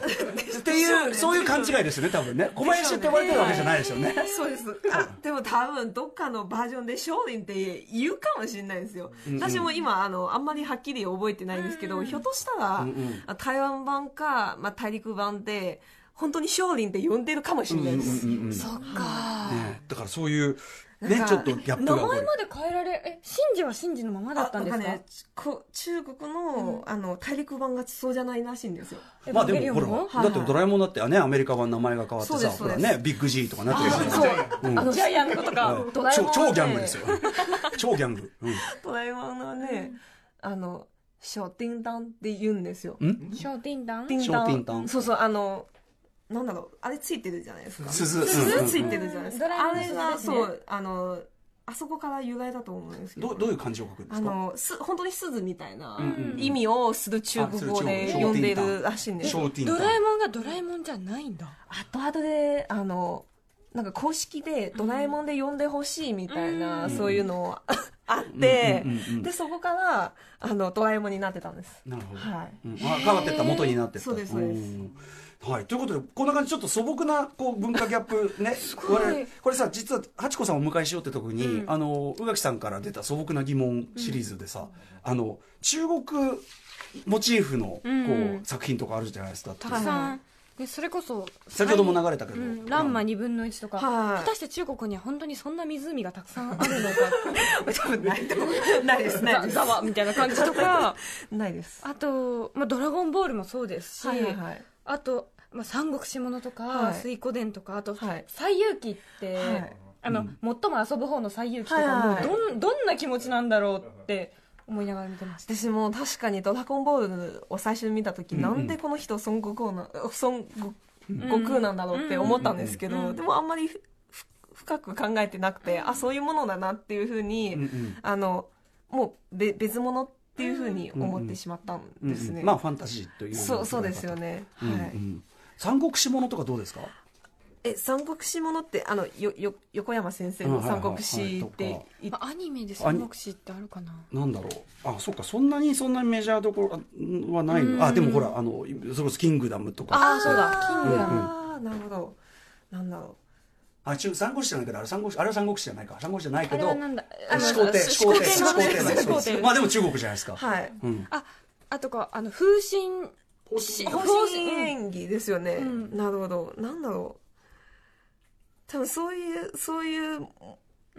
S2: っていう、そういう勘違いですよね、多分ね。小林って呼ばれてるわけじゃないですよね。
S1: そうです。あ、でも多分どっかのバージョンで少林って言うかもしれないですよ。私も今、あの、あんまりはっきり覚えてないんですけど、ひょっとしたら、
S2: ん
S1: あ台湾版か、まあ、大陸版で、本当に少林って呼んでるかもしれないです。
S2: うんうんうんね
S3: そっか
S2: だからそういう、ね、ちょっとギャップが
S3: 名前
S2: 起こ
S3: ま
S2: る。
S3: で変えられえシンジはシンジのままだったんですか
S1: あなんねこ中国の,、あの大陸版がそうじゃないらしいんですよ。
S3: エヴ
S2: まあ
S3: ァ
S2: で
S3: ゲリオ
S2: もほ
S3: ンも
S2: ら、だってドラえもんだってね、アメリカ版名前が変わって
S1: そうで
S2: さ、
S1: す
S2: ほら
S1: そう
S2: ね、ビッグ G とかなってるじゃないですか。
S1: あのジャイアントとか
S2: うん
S1: ドラえ
S2: 超
S1: もんはね
S2: 超ギャングですよ。超ギャング。うん
S1: ドラえもんのね、あの、小叮当って言うんですよ。
S3: ショーティンダン
S1: 叮
S2: 小叮当
S1: そうそう、あの、なんだろう、あれついてるじゃないですか。
S2: 鈴。うん
S1: 鈴
S2: うん
S1: ついてるじゃないですか。
S3: ドラえ
S1: あ
S3: もんの
S1: れが、
S3: 鈴ですね
S1: そう、あの、あそこから由来だと思うんですけ
S2: ど
S1: ど。
S2: うどういう漢字を書くんで
S1: あ
S2: すか
S1: の、す、本当に鈴みたいな
S2: うんうん
S1: 意味をする中国語で呼んでるらしいんですよ。
S2: 小叮当
S3: ドラえもんがドラえもんじゃないんだ
S1: 後々で、あの、なんか公式でドラえもんで呼んでほしいみたいな、そういうのをあって、
S2: うんうんうんうん
S1: で、そこから、あの、ドラえもんになってたんです。
S2: なるほど。
S1: はい。
S2: うん、あ変わってった元になってった
S1: そうですそうです
S2: んはい、ということでこんな感じちょっと素朴なこう文化ギャ ップね我々これさ実はハチ子さんをお迎えしようってとこに、あの宇垣さんから出た素朴な疑問シリーズでさ、あの中国モチーフのこう、
S3: うん
S2: 作品とかあるじゃないですか
S3: たくさんでそれこそ
S2: 先ほども流れたけど、
S3: うん、ランマ2分の1とか、
S1: はい
S3: 果たして中国には本当にそんな湖がたくさんあるのか
S1: 多分ないと思う。 ないです、ない
S3: ざ
S1: です。
S3: ざわみたいな感じとか
S1: ないです。
S3: あと、まあ、ドラゴンボールもそうですし、
S1: はいはいはい。
S3: あと、まあ、三国志物とか、
S1: はい
S3: 水湖伝とかあと、
S1: はい
S3: 西遊記って、
S1: はい
S3: あの最も遊ぶ方の西遊記とか、
S1: はいはい
S3: もうどんどんな気持ちなんだろうって思いながら見てました
S1: 私も確かに「ドラゴンボール」を最初に見た時、なんでこの人孫悟空な孫悟悟空なんだろうって思ったんですけど、でもあんまりふふ深く考えてなくて、あそういうものだなっていうふうに、
S2: うんうん
S1: あのもうべ別物っていうふうに思ってしまったん
S2: うんうん
S1: ですね、
S2: まあファンタジーという
S1: そうそうですよ、ね、
S2: うんうん
S1: はい
S2: 三国志ものとかどうですか
S1: え三国志ものってあのよよ横山先生の「三国志」っ
S2: うんはいはいは
S1: て
S2: い
S1: 言っ
S3: あアニメで
S2: アニ
S3: 三国志ってあるかな
S2: なんだろうあそっかそんなにそんなにメジャーどころあはないのあでもほらあのそれこそ「キングダム」とか
S3: ああそうだキングダム
S1: ああなるほどなんだろ
S2: あ、中三国志じゃないけど、あれ三国志、あれは三国志じゃないか、三国志じゃない
S3: あ
S2: け
S3: れ
S2: ど。
S3: は
S2: 始
S3: なんだ
S2: 皇帝、始皇帝、始
S3: 始
S2: 皇
S3: 皇帝
S2: 帝なんです
S3: 始皇
S2: そう
S3: 帝
S2: ですまあでも中国じゃないですか。
S1: う。はい。
S2: うん。
S3: ああとかあの風神し
S1: 方針演技ですよね、
S3: うん
S1: なるほどなんだろう多分そういうそういう、う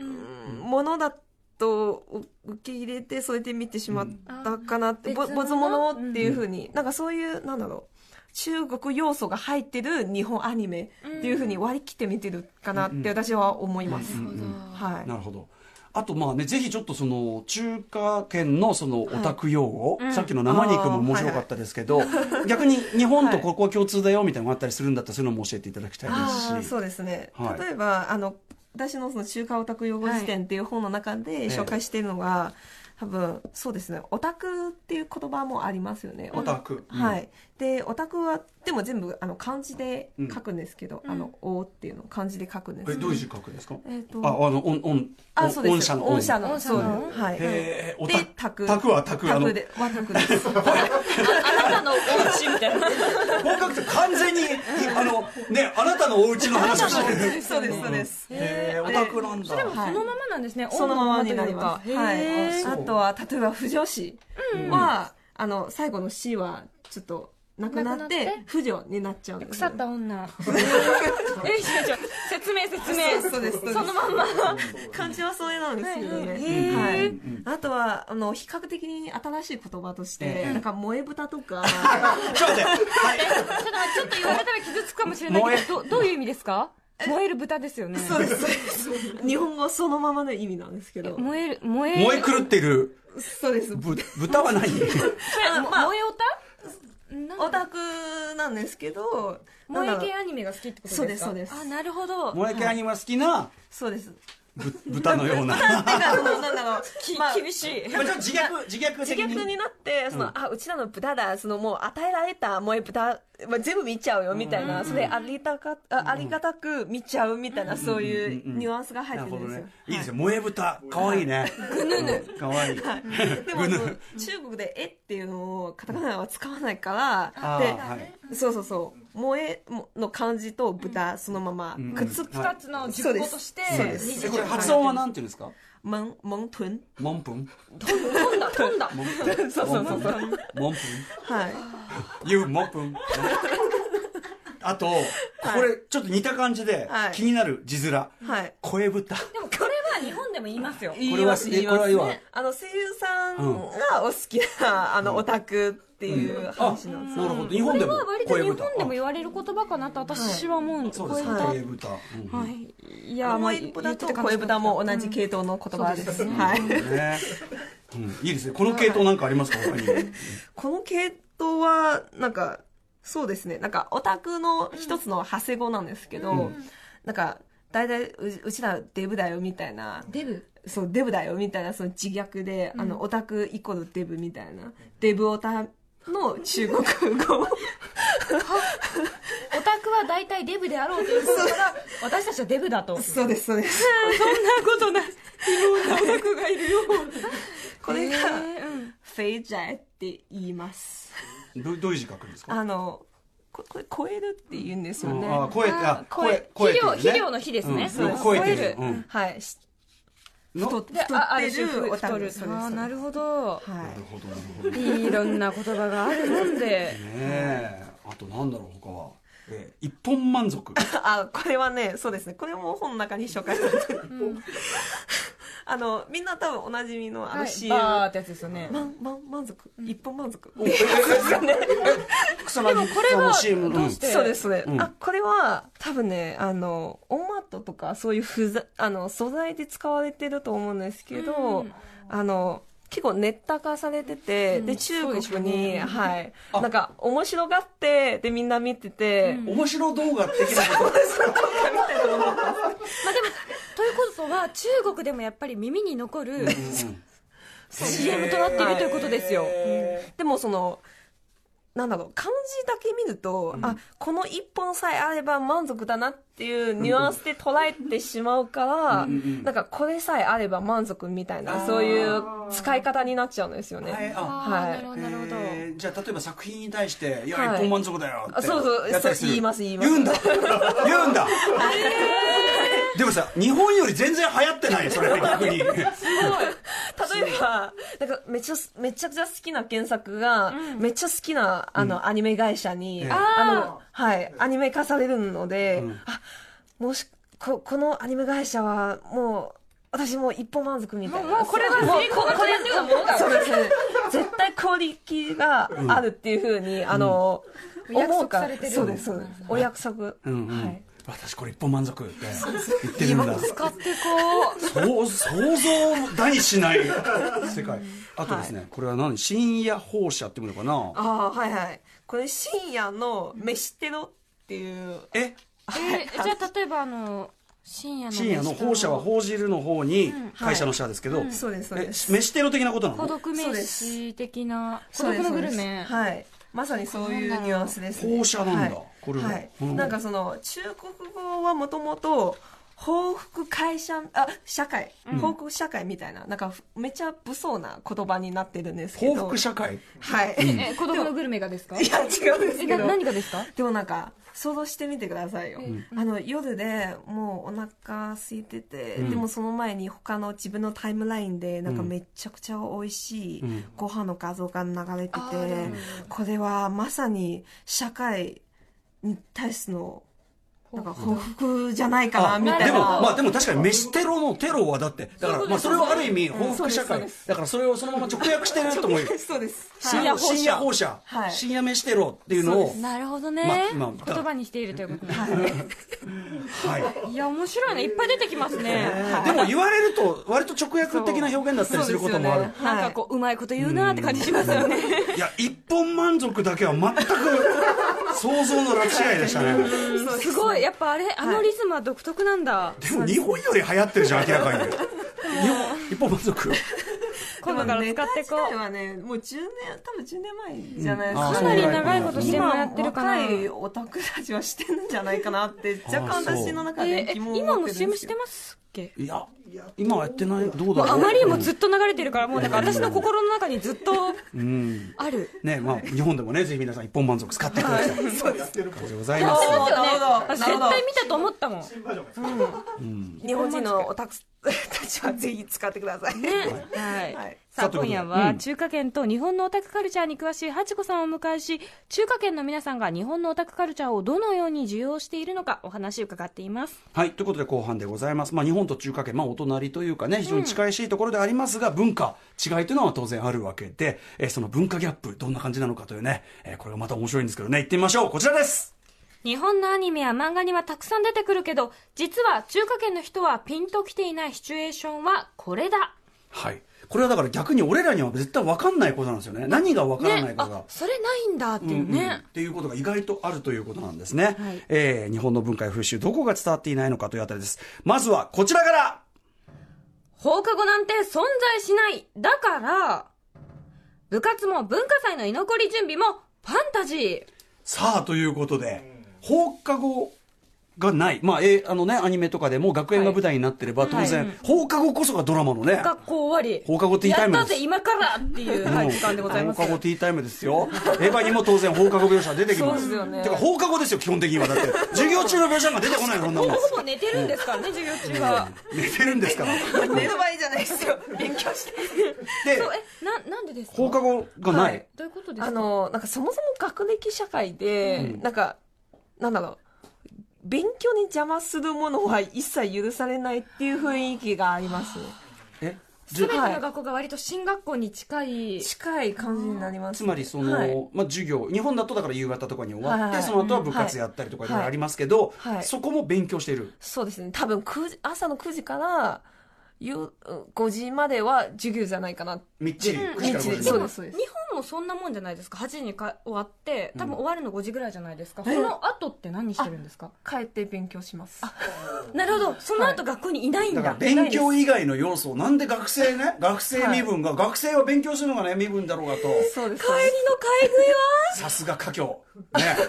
S1: ん、ものだと受け入れてそうやって見てしまったかなって、
S3: うん
S1: ぼ
S3: 別
S1: 没
S3: 物
S1: 物っていうふうに、なんかそういうなんだろう中国要素が入ってる日本アニメっていうふうに割り切って見てるかなって私は思います、
S2: うん
S3: なるほど
S1: はい
S2: なるほど。あとまあね、ぜひちょっとその中華圏のそのオタク用語、
S3: いうん
S2: さっきの生肉も面白かったですけど、逆に日本とここは共通だよみたいなのがあったりするんだったら、そういうのも教えていただきたい
S1: ああ
S2: ですし。
S1: そうですね、
S2: はい
S1: 例えばあの私のその中華オタク用語辞典っていう本の中で紹介しているのが、多分そうですねオタクっていう言葉もありますよね
S2: オタク。うん
S1: はい、でオタクはでも全部あの漢字で
S2: うん
S1: 書くんですけど「
S3: うん
S1: あのお」っていうのを漢字で書くんです
S2: え、どういう字書くんですか
S1: えっ、と
S2: あ、あの、オン、オン、
S1: あそうです
S2: 御社の。
S1: 御社の
S3: 御社
S1: そう
S3: の
S1: ですはい
S2: へえ、オタ
S1: で
S2: ク。
S1: タク
S2: タクはタク、あの、
S1: ではタクです
S3: あなたのお家みたいな
S2: 合格って完全に、あの、ね、あなたのお家の話をしてる。
S1: そうですそうです
S2: へえ、オタクなんだ。
S3: でも
S1: はい
S3: そのままなんですね、
S1: そのままになります。
S3: オンのま
S1: は
S3: まというかへ
S1: い。
S3: ー
S2: そう
S1: あとは、例えば、不女子は、あの、最後の C は、ちょっと、なくなっ
S3: なくなってて、
S1: 不女になっちゃうんです
S3: 腐
S1: よ。
S3: った 女えいやいや説明説明
S1: そうそうですそうです
S3: そのまんま
S1: 漢字はそれなんですけどね。
S3: は
S1: は
S3: い
S1: い
S2: へー。
S1: あとは、あの、比較的に新しい言葉とし
S2: え
S1: て、
S2: え
S1: なんか、萌え豚と か、
S2: ちょっと待って。はい
S3: ちょっと言われたら傷つくかもしれないけどどどういう意味ですか燃える豚ですよね
S1: そうです、そうです。日本語そのままの意味なんですけど。
S3: 燃える燃える
S2: 燃え狂ってる
S1: そうです。
S2: ぶ豚は何
S3: それも
S1: まあ
S3: 燃えおた
S1: オタクなんですけど、なん
S3: 燃
S1: だ
S3: え
S1: ろう
S3: 系アニメが好きってことですか
S1: そうですそうです
S3: あなるほど
S2: 萌え系アニメが好きな
S1: そうです。
S2: ぶ豚のような
S1: てか、その、なんだろう、
S3: き
S1: まあ
S3: 厳しい
S2: まあちょっと自虐自虐
S1: 自
S2: 的に
S1: 虐になって、その、あ、うちらの豚だ、そのもう与えられた萌え豚、まあ、全部見ちゃうよ、みたいな、それありたか、あありがたく見ちゃう、みたいな、そういうニュアンスが入
S2: な
S1: っ
S2: る
S1: て
S2: ほ
S1: るん
S2: ど
S1: です
S2: ね
S1: よ。
S2: いいですよ萌え豚かわいいねぐぬぬかわいい
S1: でも、あの中国で、えっていうのを、カタカナは使わないから、で、
S2: はい
S1: そうそうそう、萌えの漢字と豚、そのまま
S2: ん、
S1: くっつく
S2: は
S3: 二つの実行として
S1: そうです
S2: えこれ発音はなんていうんですか
S1: もん、もんとん。
S2: モンプン
S3: 飛んだ飛んだ
S2: モンプ
S1: そうそ
S2: ン
S1: うそうそう。
S2: モンプ
S1: はい。
S2: ン You モンプンあとこれちょっと似た感じで
S1: はい
S2: 気になる字面
S1: はい。
S2: 声豚
S3: でもこれは日本でも言いますよ
S2: これはえこれは要は
S1: あの声優さんがお好きな、あのオタクっていう
S2: あ
S1: 話なんですよ
S2: なるほど日本でも
S3: まあ割と
S2: 声
S3: 日本
S2: 豚
S3: でも言われる言葉かなと私は思うんです
S2: そうです
S3: 声
S2: 声豚うん
S3: はいいやまあ
S1: 声豚と声豚も同じ系統の言葉です。はい。
S2: ね。うん、いいですね。この系統なんかありますか、他に。
S1: この系統は、なんか、そうですね。なんか、オタクの一つの派生語なんですけど、なんか、大体う、うちらデブだよみたいな、
S3: デブ
S1: そう、デブだよみたいな、その自虐で、あの、オタクイコールデブみたいな、デブオタの中国語。
S3: オタクは大体デブであろうということから私たちはデブだとそん
S1: そう
S3: な
S1: です、そうです。
S3: ことないいろんなオタクがいるよ
S1: これが、
S3: えーうん
S1: フェイジャエって言います。
S2: どどういう字書くんですか。
S1: あの、ここれ、超えるって言うんですよね。
S2: ああ、声、あ、声、声。
S3: 肥料肥料の。肥ですね
S2: うん
S3: 超
S2: 声
S3: え
S2: で
S3: る
S2: うん
S1: はい。し
S2: の
S1: 太っ
S3: で
S1: 太
S3: ああ
S1: っ
S3: る
S1: て
S3: 種
S1: るオタ
S3: 太
S1: ク
S3: る
S1: ですそうです
S3: あーなるほど
S1: は
S2: ないる。ほど、なるほど。ね
S3: いろんな言葉があるもんで
S2: え、あとなんだろう、他は。えー一本満 足。
S1: あ、これはね、そうですね。これも本の中に紹介されて る。あの、みんな多分おなじみのあ
S3: は
S1: の
S3: い
S1: CM。
S3: バーってやつですよね
S1: 満満満足、一本満足。
S2: えええ草薙
S3: これ
S2: さ
S3: は
S2: んの CM
S3: ど
S2: の
S3: うして
S1: そうですね、
S2: うん
S1: あ、これは多分ね、あの、オマットとかそういうふざあの素材で使われてると思うんですけど、
S3: うん
S1: あの、結構ネッタ化されてて、
S3: うん
S1: で、中
S3: そう
S1: 国
S3: でしょう
S1: に、
S3: ね
S1: はい。
S2: あ
S1: なんか、面白がって、で、みんな見てて、
S2: うん面白動画的なこと。
S3: まあでもということは中国でもやっぱり耳に残る
S2: うん
S3: CM となっているということですよ
S1: でもその、なんだろう、漢字だけ見ると、あ、この一本さえあれば満足だなっていうニュアンスで捉えてしまうから、なんかこれさえあれば満足みたいな、そういう使使い方になっちゃうんですよね。
S2: はいあ
S3: あ
S1: は
S3: ー
S1: い
S3: なるほどなるほど
S2: えーじゃあ例えば作品に対して「いや、
S1: はい
S2: 一本満足だよ」っ
S1: あ
S2: て
S1: そうそう
S2: やったり
S1: そ
S2: する
S1: う言います言います
S2: 言うんだ言うんだでもさ日本より全然流行ってないよそれ逆に
S1: 例えば、なんかめちゃめちゃくちゃ好きな原作が、めっちゃ好きなあの、アニメ会社に、
S2: ええ
S1: あの、はい、アニメ化されるので、あ、もし、こ、このアニメ会社はもう、私もう一本満足みたいな。
S3: もうこれは
S1: もう
S3: 成功が
S1: これ
S3: 決まってるようなものだ
S1: そうですね。絶対クオリティがあるっていうふうに、あの、
S3: お約
S1: 思う
S3: 束
S1: か
S3: さ
S1: ら
S3: れてる
S1: そうです、そうです。お約束。
S2: うん、うん
S1: はい。
S2: 私これ一本満足って言ってるんだ
S3: 使ってこう
S2: そう想像だにしない世界あとですね、これは何深夜放射っていうのかな
S1: ああ、はいはい。これ深夜の飯テロっていう、
S2: え
S3: えーじゃあ例えばあの深夜の
S2: 深夜の放射は報じるの方に会社の社ですけど、
S1: そうです、そう
S2: え
S1: です。
S2: 飯テロ的なことな
S3: 孤
S2: の
S3: 独
S1: そう
S3: 名
S1: で
S3: 詞
S1: す
S3: 的な孤
S1: そうで
S3: 独
S1: す
S3: のグルメ
S1: そうですはいまさにそういうニュアンスですね
S2: 放射なんだ
S1: はい
S2: これは
S1: はい
S2: うん
S1: なんかその中国語はもともと報復会社あ社会報復社会みたいな、なんかふめちゃ物騒な言葉になってるんですけど
S2: 報復社会
S1: はい、 い
S3: え孤独のグルメがですか
S1: や違うんです
S3: え
S1: け
S3: な
S1: ど
S3: 何がですか
S1: でもなんか想像してみてくださいよ、あの夜でもうお腹空いてて、
S2: ん
S1: でもその前に他の自分のタイムラインでなんかめちゃくちゃ美味しい
S2: ん
S1: ご飯の画像が流れて
S3: あ
S1: て、
S3: ーなる
S1: これはまさに社会に対してのなんか報復じゃないかなみたいな
S2: でも、まあでも確かに飯テロのテロはだって、だから、まあそれはある意味報復社
S1: そう
S2: 会
S1: です。
S2: だからそれをそのまま直訳してると 思うよ。
S1: そうです
S2: 深夜深夜放射
S1: は。い
S2: 深夜飯テロっていうのを、
S3: なるほ
S2: ま
S3: どね
S2: あまあ
S3: 言葉にしているということね
S2: はい。
S3: いや面白いねいっぱい出てきますね
S2: でも言われると、割と直訳的な表現だったりすることもある。
S3: なんかこううまいこと言うなって感じしますよね
S2: いや、一本満足だけは全く想像の拉致違いでしたね。
S3: すごいやっぱあれあのリズムは独特なんだ
S2: でも日本より流行ってるじゃん、明らかに。日本一本満足。
S3: 今度から使ってこ
S1: ネタ自体
S3: う
S1: はねもう10年多分10年前じゃないです
S2: うんあー
S1: か
S3: かなり長いことしてもやってるかな
S1: 今若いオタクたちはしてるんじゃないかなって若干
S2: あそう
S1: 私の中
S3: え
S1: で
S3: ーえ
S1: 疑問を
S3: 今
S1: 持っ
S3: も
S1: てるん
S3: CM
S1: です
S3: して
S1: けど
S3: ますっけ
S2: いや、今はやってない、どうだろう。
S3: あまりにもずっと流れてるからもうだから私の心の中にずっと
S2: うん。
S3: ある
S2: ね、まあ、日本でもね、ぜひ皆さん一本満足使ってください。そうでござい
S1: あ
S2: ます。
S1: そう
S3: ですよ
S1: なる
S3: ね
S1: ほど
S3: 絶対見たと思ったもん
S1: 日本人のオタクたちはぜひ使ってくださいね
S3: はい、
S1: はい
S3: さ
S2: さ
S3: あ
S2: あということ
S3: 今
S2: で
S3: 夜
S2: う
S3: は
S2: ん
S3: 中華圏と日本のオタクカルチャーに詳しいハチコさんをお迎えし中華圏の皆さんが日本のオタクカルチャーをどのように需要しているのかお話を伺っています
S2: はい。ということで、後半でございます。まあ、日本と中華圏、まあ、お隣というかね、非常に近いしいところでありますが、文化、違いというのは当然あるわけで、えーその文化ギャップ、どんな感じなのかというね、えーこれがまた面白いんですけどね、行ってみましょう。こちらです。
S3: 日本のアニメや漫画にはたくさん出てくるけど実は中華圏の人はピンときていないシチュエーションはこれだ
S2: はい。これはだから逆に俺らには絶対分かんないことなんですよね。何が分からない
S3: ね
S2: かが。
S3: あそれないんだっていう
S2: うんうんっ
S3: ね、
S2: ていうことが意外とあるということなんですね、
S3: はい
S2: えー日本の文化や風習どこが伝わっていないのかというあたりですまずはこちらから
S3: 放課後なんて存在しないだから部活も文化祭の居残り準備もファンタジー
S2: さあということで放課後がない、まあえーあのね、アニメとかでも学園が舞台になってれば当然、放課後こそがドラマのね
S3: 学校終わり
S2: 放課後ティータイムです
S3: やったぜ今からっていう、は
S2: うん
S3: い、時間でございます
S2: 放課後ティータイムですよエヴァにも当然放課後描写出てきます
S1: そうですよね
S2: てか放課後ですよ基本的にはだ って授業中の描写が出てこないよそんなもん
S3: ほぼ寝てるんですからね授業中は
S2: 寝てるんです から
S1: 寝る場合じゃないですよ勉強して
S2: で
S3: そうえななんでですか
S2: 放課後がない、
S1: はい
S3: どういうことですか
S1: あのなんかそもそも学歴社会で、なんかなんだろう勉強に邪魔するものは一切許されないっていう雰囲気があります
S2: えじゃ
S3: 全ての学校が割と進学校に近い
S1: 近い感じになります
S2: つまりその、
S1: はい
S2: まあ、授業日本だとだから夕方とかに終わって、
S1: はいはい
S2: その後は部活やったりとかいろいろありますけど、
S1: はいはい
S2: そこも勉強している、
S1: そうですね多分9時朝の9時から夕5時までは授業じゃないかな
S2: みっちり、
S3: うん
S2: 9時から5時まで
S1: みっちりそうです
S3: 日本もそんなもんじゃないですか8時にか終わって多分終わるの5時ぐらいじゃないですか、
S1: え
S3: その後って何してるんですか
S1: 帰って勉強します
S3: なるほどその後学校にいないんだ,、
S2: だから勉強以外の要素をなんで学生ね学生身分が、学生は勉強するのがね身分だろうがと
S1: そうです
S3: 帰りの買い食いは
S2: さすが家教ね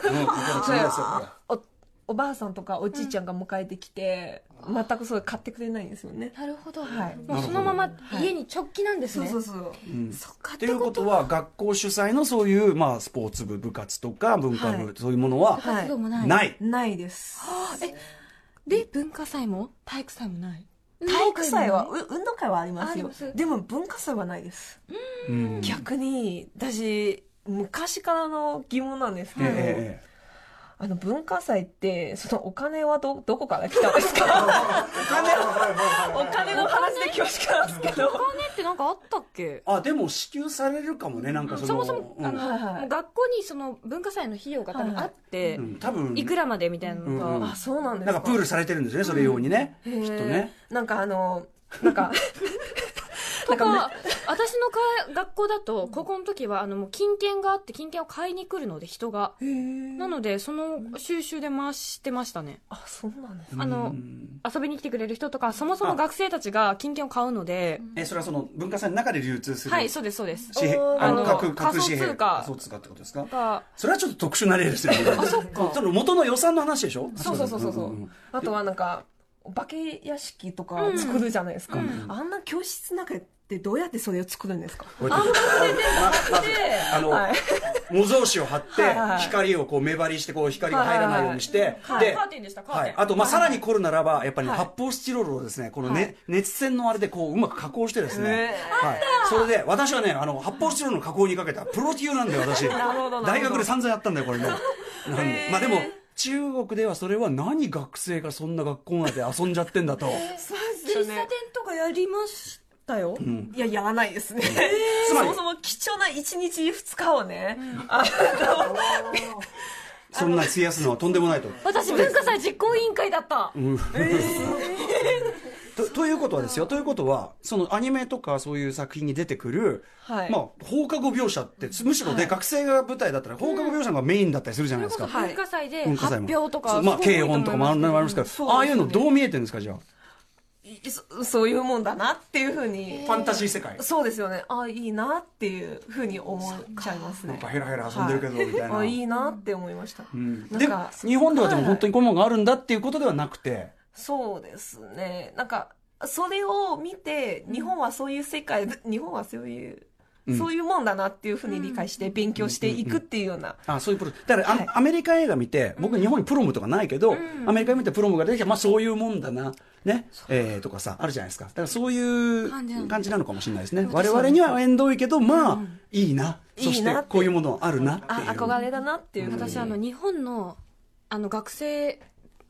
S2: うんいかがですよこれ
S1: おおばあさんとかおじいちゃんが迎えてきて、全くそれ買ってくれないんですよね。
S3: なるほど、
S1: はい
S3: もうそのまま家に直帰なんです
S1: そ
S3: ね、
S1: うそうそう。
S2: うん
S3: そっか
S2: ということは学校主催のそういう、まあ、スポーツ部部活とか文化部、
S1: はい
S2: そういうものは
S1: はい
S3: 活動もない、
S2: ない、
S1: ないです。
S3: で文化祭も体育祭もない
S1: 体育祭は、
S3: 運動会もないう
S1: 運動会はありますよ。
S3: ああります
S1: でも文化祭はないです。
S2: うん
S1: 逆に、私、昔からの疑問なんですけ
S2: ええ
S1: ど、
S2: ええ
S1: あの文化祭って、そのお金はど、どこから来たんですか お金の話で恐縮なんですけど。
S3: お金ってなんかあったっけ
S2: あでも支給されるかもねなんかその、
S3: そもそも、
S2: うん
S3: あの、
S1: はいはい
S3: もう学校にその文化祭の費用が多分あって、
S2: うん多分
S3: いくらまでみたいなのが、
S2: うんうん
S1: あ、そうなんです
S2: な
S1: か。
S2: んかプールされてるんですねそれ用にね、
S1: へー
S2: きっとね
S1: なんかあの、なん か、
S3: とか、私のか学校だと、高校の時は、あの、もう金券があって、金券を買いに来るので、人が。なので、その収集で回してましたね。
S1: あ、そうなんです
S3: あの、遊びに来てくれる人とか、そもそも学生たちが金券を買うので、
S2: えそれはその文化祭の中で流通する、
S3: はい、そうです、そうです。
S2: 紙幣
S1: あー
S2: あ
S1: あ
S2: の
S1: の
S2: 各各
S3: 仮想
S2: 紙幣
S3: 通貨
S2: 仮想通貨ってことですか
S3: が
S2: それはちょっと特殊な例ですよねあそっかその元の予算の話でしょ
S1: そうそうそうそうそう、
S2: んんん
S1: あとはなんかお化け屋敷とか作るじゃないですか、あんな教室の中でどうやってそれを作るんですか
S2: こうやってままずあの、
S1: はい
S2: 模造紙を貼って、
S1: はいはいはい
S2: 光をこう目張りしてこう光が入らないようにして、
S1: はい
S2: で、
S3: カーテンでした、カー
S2: は
S3: テン。
S2: い、あと、まあ、さらに凝るならば、やっぱり、ね
S1: はい
S2: 発泡スチロールをですね、このね、
S1: はい
S2: 熱線のあれでこう、うまく加工してですね、
S1: へ
S2: はい、それで、私はね、あの、発泡スチロールの加工にかけた、プロ級なんだよ、私。
S1: るほ どなるほど
S2: 大学で散々やったんだよ、こ れね。なんでまあ、でも、中国ではそれは何学生がそんな学校内で遊んじゃってんだと。
S3: 喫茶店とかやりましたよ。
S1: いややらないですね、
S2: つま
S1: そ
S2: り
S1: もそも貴重な1日2日をね、あ
S2: そんな費やすのはとんでもないと。
S3: 私、文化祭実行委員会だった。
S2: とということはですよ、ということは、そのアニメとかそういう作品に出てくる、
S1: はい
S2: まあ、放課後描写って、つむしろね、学生が舞台だったら、放課後描写がメインだったりするじゃないですか。
S1: はい
S3: 文化祭で
S2: 文化
S3: 発
S2: 祭も
S3: 表とか、
S2: そうまあ、
S3: すごい
S2: 軽
S3: 多い
S2: 音と
S3: 思
S2: かもあ
S3: います
S2: りますけど、
S1: そうですね
S2: ああいうのどう見えてるんですか、じゃあ。
S1: いそそういうもんだなっていうふうに
S2: ファンタジー世界。
S1: そうですよねあいいなっていうふうに思っちゃいます
S2: な
S1: ね
S2: んかヘラヘラ遊んでるけど、みたいな。
S1: あいいなって思いました、
S2: うん
S1: な
S2: で
S1: んか、
S2: 日本ではでも
S1: はい
S2: 本当にこういうものがあるんだっていうことではなくて、
S1: そうですね。なんか、それを見て、日本はそういう世界、 日本はそういう、そういうもんだなっていうふうに理解して勉強していくっていうような。
S2: あそういうプロ。だから、あ
S1: はい
S2: アメリカ映画見て、僕日本にプロムとかないけど、アメリカ見てプロムが出てきたら、まあそういうもんだな、ね、えーとかさ、あるじゃないですか。だからそういう
S3: 感じなの
S2: 感じなのかもしれないですね。我々には縁遠いけど、まあ、いいな。
S1: いい
S2: そ
S1: な
S2: して
S1: って
S2: こういうものあるなっていう。
S1: あ、憧れだなっていう。
S3: 私あの日本のあの学生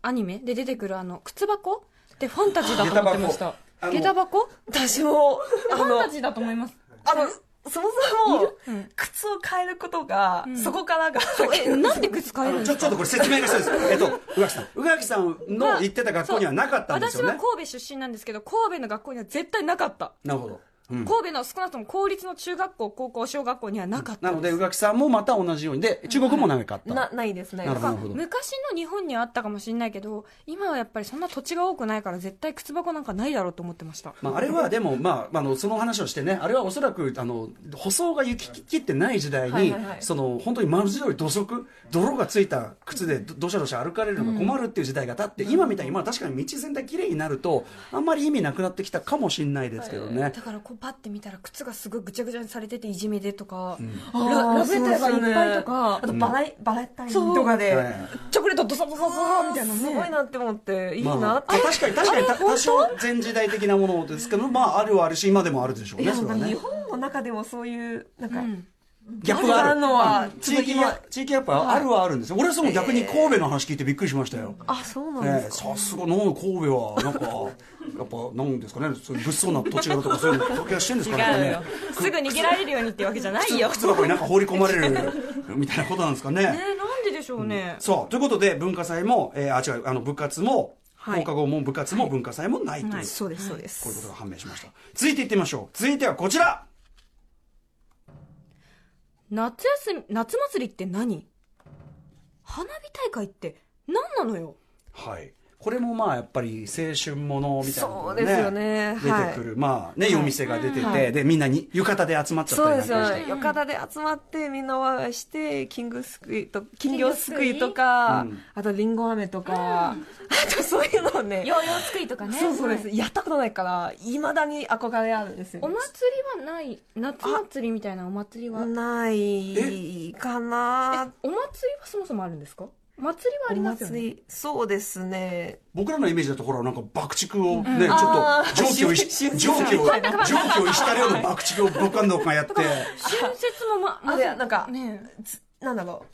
S3: アニメで出てくるあの靴箱ってファンタジーだと思ってました
S2: 下
S3: 下
S2: 駄
S3: 駄箱
S1: 私も、あ
S3: ファン
S1: の
S3: タ、ジーだと思います
S1: あの、そもそも、靴を変えることが、そこからが、
S3: えなんで靴買えるん
S2: ち
S3: で
S2: ょ、
S3: す
S2: ちょっ
S3: か
S2: とこれ説明が必要です。えっと、宇垣さん。宇垣さんの行ってた学校にはなかったんですよね
S3: 私。は神戸出身なんですけど神戸の学校には絶対なかった、
S2: なるほど。うん
S3: 神戸の少なくとも公立の中学校高校小学校にはなかった
S2: なので、宇垣さんもまた同じように。で、中国も長かっ た。
S1: な、ないですね。
S2: なるほど
S1: まあ
S3: 昔の日本にはあったかもしれないけど今はやっぱりそんな土地が多くないから絶対靴箱なんかないだろうと思ってました
S2: まあ、あれはでも、まあ、あのその話をしてねあれはおそらくあの舗装が行ききってない時代に、
S1: はいはいはい
S2: その本当に丸白い土足泥がついた靴でどどしゃどしゃ歩かれるのが困るっていう時代が経って、今みたいに、まあ、確かに道全体きれいになるとあんまり意味なくなってきたかもしれないですけどね、
S3: だからこうパッて見たら靴がすごいぐちゃぐちゃにされてていじめでとか、
S1: あー
S3: ララベルがい
S1: そうで
S3: っ
S1: すよ
S3: ぱい
S1: ね
S3: とか
S1: あと、バラ、バラタイとかで、
S2: はい
S3: チョコレートドサドサドサみたいなね
S1: すごいなって思って、いい
S2: まあま
S1: な
S2: あ
S1: って。
S2: 確かに確かにた多少前時代的なものですけど、まあ、あるはあるし今でもあるでしょう
S1: い
S2: ね
S1: や、な
S2: そ
S1: ん
S2: れ
S1: か
S2: は
S1: 日
S2: ね
S1: 本の中でもそういう、なんか、
S2: ギャップがあ
S1: あ
S2: る
S1: るのは、
S2: 地域ギャップ地域ギャップはあるはあるんですよ俺はその逆に神戸の話聞いてびっくりしましたよ、
S1: あ、そうなんで
S2: ね
S1: す
S2: え
S1: か。
S2: さすがの神戸はなんかやっぱなんですかねそういう物騒な土地柄とかそういうの関係してんですかねやっぱ
S3: 違う
S2: ね
S3: よすぐ逃げられるようにってわけじゃない よ
S2: 靴箱になんか放り込まれるみたいなことなんですかね
S3: えーなんででしょうね、
S2: そうということで文化祭も、えーあ違うあの部活も、
S1: はい
S2: 放課後も部活も文化祭もないという、こ
S1: そうです、そうです。
S2: ういうことが判明しました続いていってみましょう続いてはこちら
S3: 夏休み夏祭りって何花火大会って何なのよ
S2: はいこれもまあやっぱり青春ものみたいなのが
S5: そうですよね
S2: 出
S5: はい
S2: てくる、まあね夜店が出てて、
S5: はい
S2: でみんなに浴衣で集まっちゃった
S5: そう
S2: り
S5: で
S2: なんかし
S5: すよ
S2: て
S5: ね。浴衣で集まってみんなワイワイして、キングスクイと、金魚すくい
S2: 金
S5: と
S2: 魚
S5: か
S2: すくいうん、
S5: あとリンゴ飴とか、あとそういうのをね
S3: ヨ、ーヨー作りとかね
S5: そうそうです。
S3: はい
S5: やったことないから、いまだに憧れあるんですよね。
S3: お祭りはない夏祭りみたいなお祭りは
S5: ないかな
S3: お祭りはそもそもあるんですか祭りはあ
S5: お
S3: りますよ
S5: 祭
S3: ね
S5: り、そうですね。
S2: 僕らのイメージだとほらなんか爆竹をね、ちょっ
S5: あー
S2: と蒸気をい
S5: し
S2: 蒸気を蒸
S5: はい
S2: 気を逸したような爆竹を僕らの方がやって
S3: 春節もまま
S5: あ
S3: ず
S5: れなんか
S3: ね
S5: つなんだろ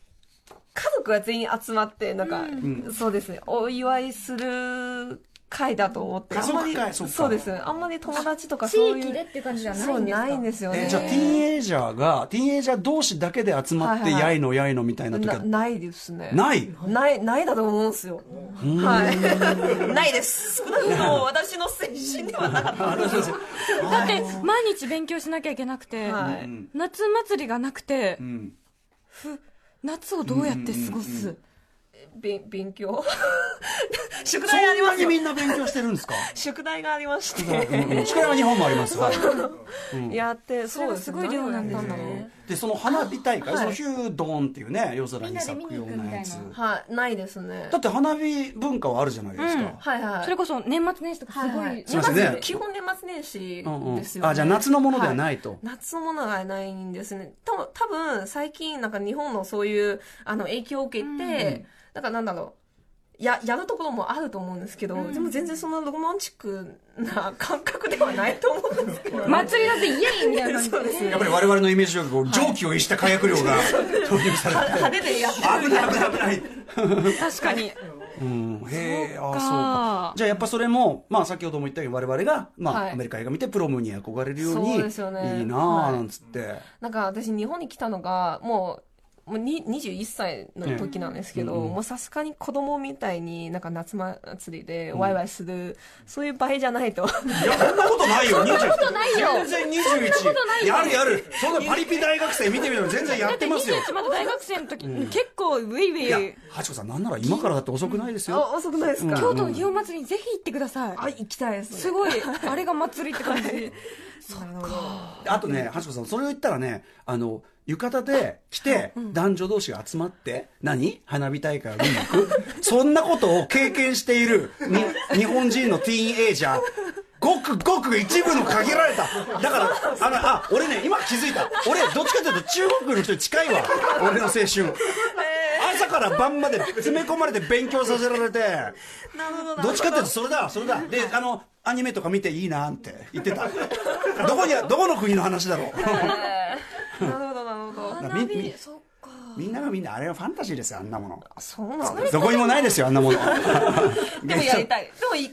S5: う。家族が全員集まって、なんか、
S2: ん
S5: そうですね。お祝いする会だと思って。
S2: 家族会
S5: あんまり
S2: そっか
S5: そうです。あんまり友達とか
S3: 地
S5: そういう。
S3: 域でっていう感じじゃな
S5: そう
S3: いんですか
S5: ないんですよね。
S2: えじゃあティーンエイジャーがティーンエイジャー同士だけで集まって
S5: はいはい
S2: やいのやいのみたいな時は
S5: なないですね。
S2: ない
S5: ない、ないだと思うんですよ。はい。 ないです。少なくとも私の精神ではなかった。
S3: だって毎日勉強しなきゃいけなくて、
S5: は
S2: う
S5: い。
S2: ん
S3: 夏祭りがなくて、
S2: うん
S3: 夏をどうやって過ごす、
S5: べ勉強 宿
S2: そ
S5: 題あ
S2: ん
S5: りま
S2: な
S5: す
S2: に
S5: よ
S2: みんな勉強してるんですか
S5: 宿題がありまし
S2: うんう
S5: て
S2: ん宿題は日本もありますはい
S5: やって
S3: それがすごい量なんだ
S5: そう
S3: ね
S5: で、すね
S2: でその花火大会、
S5: はい
S2: そのヒュードンっていうね夜空に咲
S3: みんな
S2: く
S3: で見
S2: よ
S3: に行
S2: う
S3: くみたいな
S2: なやつ
S5: はいないですね
S2: だって花火文化はあるじゃないですか、
S3: うん
S5: はいはい
S3: それこそ年末年始とかすごい、
S5: はいはい
S2: すいませんね
S5: 年末基本年末年始
S2: うんうん
S5: ですよね
S2: あじゃあ夏のものではないと、
S5: 夏のものがないんですね。た多分最近、なんか日本のそういう、あの、影響を受けて、なんかなんだろう。や、やるところもあると思うんですけど、でも全然そんなロマンチックな感覚ではないと思うんですけど。
S3: 祭りだってイエイみたいな
S5: そう
S3: 感
S5: で
S3: じ
S5: す
S3: で
S5: ね
S2: やっぱり我々のイメージよりこう蒸気を逸した火薬量が投入されて
S5: 派手でやってる
S2: 危ない危ない危ない
S3: 確かに
S2: うんへえあ
S3: そっか
S2: そうかじゃあやっぱそれも、まあ、先ほども言ったように我々が、まあ
S5: はい
S2: アメリカ映画見てプロムに憧れるように
S5: そうですよね
S2: いいなあ
S5: はい
S2: なんつって、
S5: なんか私日本に来たのがもうもうに21歳の時なんですけど、
S2: ええうんうん
S5: もうさすがに子供みたいになんか夏祭りでワイワイする、そういう場合じゃないと
S2: いやそんなことないよ20
S3: ないよ
S2: 全然21やるやるそんなパリピ大学生見てみるの全然やってますよ
S3: だって21まだ大学生の時、結構ウェイウ
S2: いや
S3: ェイ
S2: ハチコさんなんなら今からだって遅くないですよ、
S5: あ遅くないですか、
S3: 京都の祇園祭りにぜひ行ってください、
S5: あ行きたいですね
S3: すごいあれが祭りって感じ
S5: そっか
S2: あとねハチコさんそれを言ったらねあの浴衣で着て男女同士が集まって何花火大会を見に行く そんなことを経験しているに日本人のティーンエイジャーごくごく一部の限られただからあのあ俺ね今気づいた俺どっちかというと中国の人に近いわ俺 の青春朝から晩まで詰め込まれて勉強させられて
S5: なるほどな
S2: どっちかっていうとそれだそれだであのアニメとか見ていいなって言ってたどこにどこの国の話だろう
S5: なるほどなるほど
S2: みみ
S3: そっか
S2: みんながみんなあれはファンタジーですよあんなもの
S5: あそうなんだ
S2: どこにもないですよあんなもの
S5: でもやりたいでもい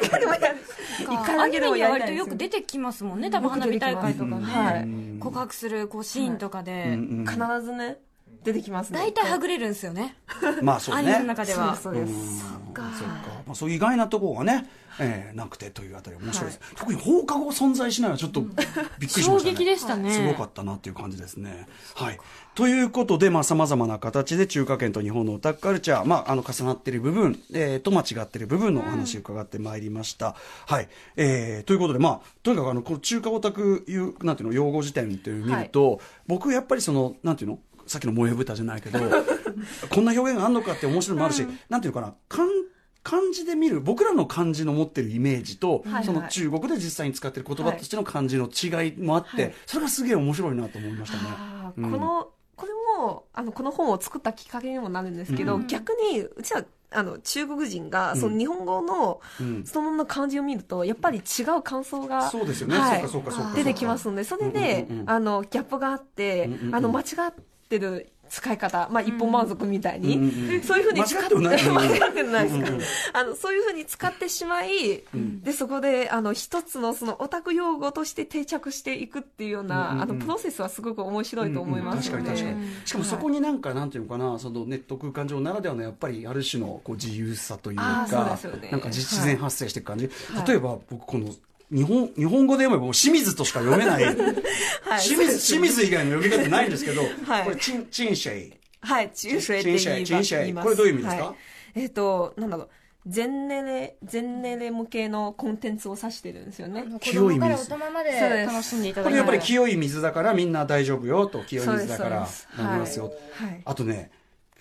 S5: 一回でもやる一回
S3: ア
S5: だ
S3: ニ
S5: け
S3: メ
S5: でも
S3: に
S5: や
S3: 割
S5: りた
S3: と
S5: い
S3: よく出てきますもんね多分花火大会とかね、
S5: はい
S3: 告白するこうシーンとかで、
S2: うん
S5: 必ずね出てきますね
S3: 大体はぐれるんですよね
S2: まあそう
S3: ア
S2: ね
S3: ニメの中で
S5: そうで
S3: は
S5: すそうです
S2: そうかそうか、まあ、そういう意外なところがね、えーなくてというあたり面白いです、特に放課後存在しないのはちょっとびっくりしました、
S3: 衝
S2: ね、
S3: 撃でしたね
S2: すごかったなっていう感じですね。はい、ということで、まあ、さまざまな形で中華圏と日本のオタクカルチャー、まあ、あの重なっている部分、えーと間違っている部分のお話を伺ってまいりました。はいえーということで、まあ、とにかくあのこの中華オタクいうなんていうの用語辞典というのを見ると、僕やっぱりそのなんていうのさっきの萌え豚じゃないけどこんな表現があるのかって面白いのもあるし、なんていうのかな漢漢字で見る僕らの漢字の持ってるイメージと、
S5: はいはい
S2: その中国で実際に使ってる言葉としての漢字の違いもあって、それがすげえ面白いなと思いましたね。
S5: あ
S2: うん
S5: ーこの、これも、あの、この本を作ったきっかけにもなるんですけど、
S3: うん
S5: 逆に、うちは、あの、中国人が、そ
S2: うん
S5: の日本語の、
S2: うん
S5: そのものの漢字を見ると、やっぱり違う感想が、
S2: そうですよね、
S5: は
S2: そうか
S5: い
S2: そうかそうか
S5: 出てきますので、それで
S2: うんうんう、ん
S5: あの、ギャップがあって
S2: うんうんう、ん
S5: あの、間違ってる使い方、まあ、一本満足みたい
S2: うん
S5: に、
S2: うんうん
S5: そういうふうに使って、
S2: 間違ってもない
S5: 間違ってもないです
S2: う
S5: か
S2: んうんうん
S5: あの、そういうふうに使ってしまい、で、そこで、あの、一つのそのオタク用語として定着していくっていうよう
S2: う
S5: な、
S2: んうんうん
S5: あの、プロセスはすごく面白いと思いま
S2: うん
S5: すの
S2: うん
S5: で、
S2: 確かに確かに、しかもそこになんかなんていうのかなそのネット空間上ならではのやっぱりある種のこう自由さというか
S5: あーそうですよね
S2: なんか自然発生していく感じ、
S5: い
S2: 例えば僕この日本日本語で読めばもう清水としか読めない、
S5: はい
S2: 清水清水以外の呼び方ないんですけど、
S5: はい
S2: これチンチンシェイ
S5: はい、中世って言
S2: チン
S5: い
S2: シェイチンシェイ
S5: ます。
S2: これどういう意味ですか
S5: はいえっ、と、なんだろう。
S1: 全ネレ、全ネレ向けのコンテンツを指してるんですよね。
S2: 清い水
S5: 子供から大人ま
S1: そうで
S5: です楽しんでい
S2: こ
S5: ただ
S2: れ
S5: け
S2: やっぱり
S5: る
S2: 清い水だからみんな大丈夫よと清い水だから
S1: そうです
S2: 飲みますよ、
S1: はい。
S2: あとね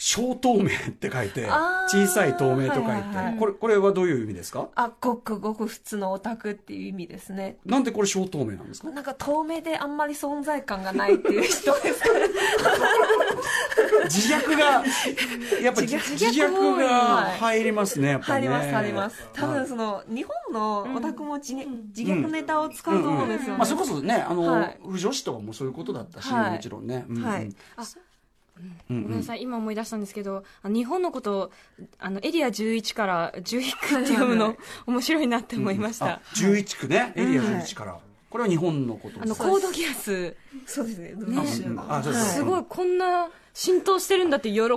S2: 小透明って書いて
S1: あー
S2: 小さい透明と書いて、
S1: はいはいはい
S2: これこれはどういう意味ですか
S1: あ、ごくごく普通のオタクっていう意味ですね。
S2: なんでこれ小透明なんで すか
S1: なんか透明であんまり存在感がないっていう人 ですかね。
S2: 自虐がやっぱり
S1: 自
S2: 自
S1: 虐
S2: 虐が入りますねやっぱ
S1: 入
S2: りね
S1: ります、入ります。多
S2: はい
S1: 分その、日本のオタクも自,、自虐ネタを使うと思うんですよね。
S2: まあ、それこそね、あの、
S1: はい
S2: 不女子とかもそういうことだったし、
S1: はい
S2: もちろんね。うんうん
S1: はい。
S2: うん
S3: ご
S2: う
S3: めんなんさい今思い出したんですけどあの日本のことをあのエリア11から11区って読むの面白いなって思いました、
S2: あ11区ね、エリア11から。これは日本のこと
S3: あの
S2: です
S3: コードギアス
S1: そうです ね。
S2: あ
S1: 文集
S2: うん
S1: が
S2: あそうです
S1: はい
S3: すごいこんな浸透してるんだって喜び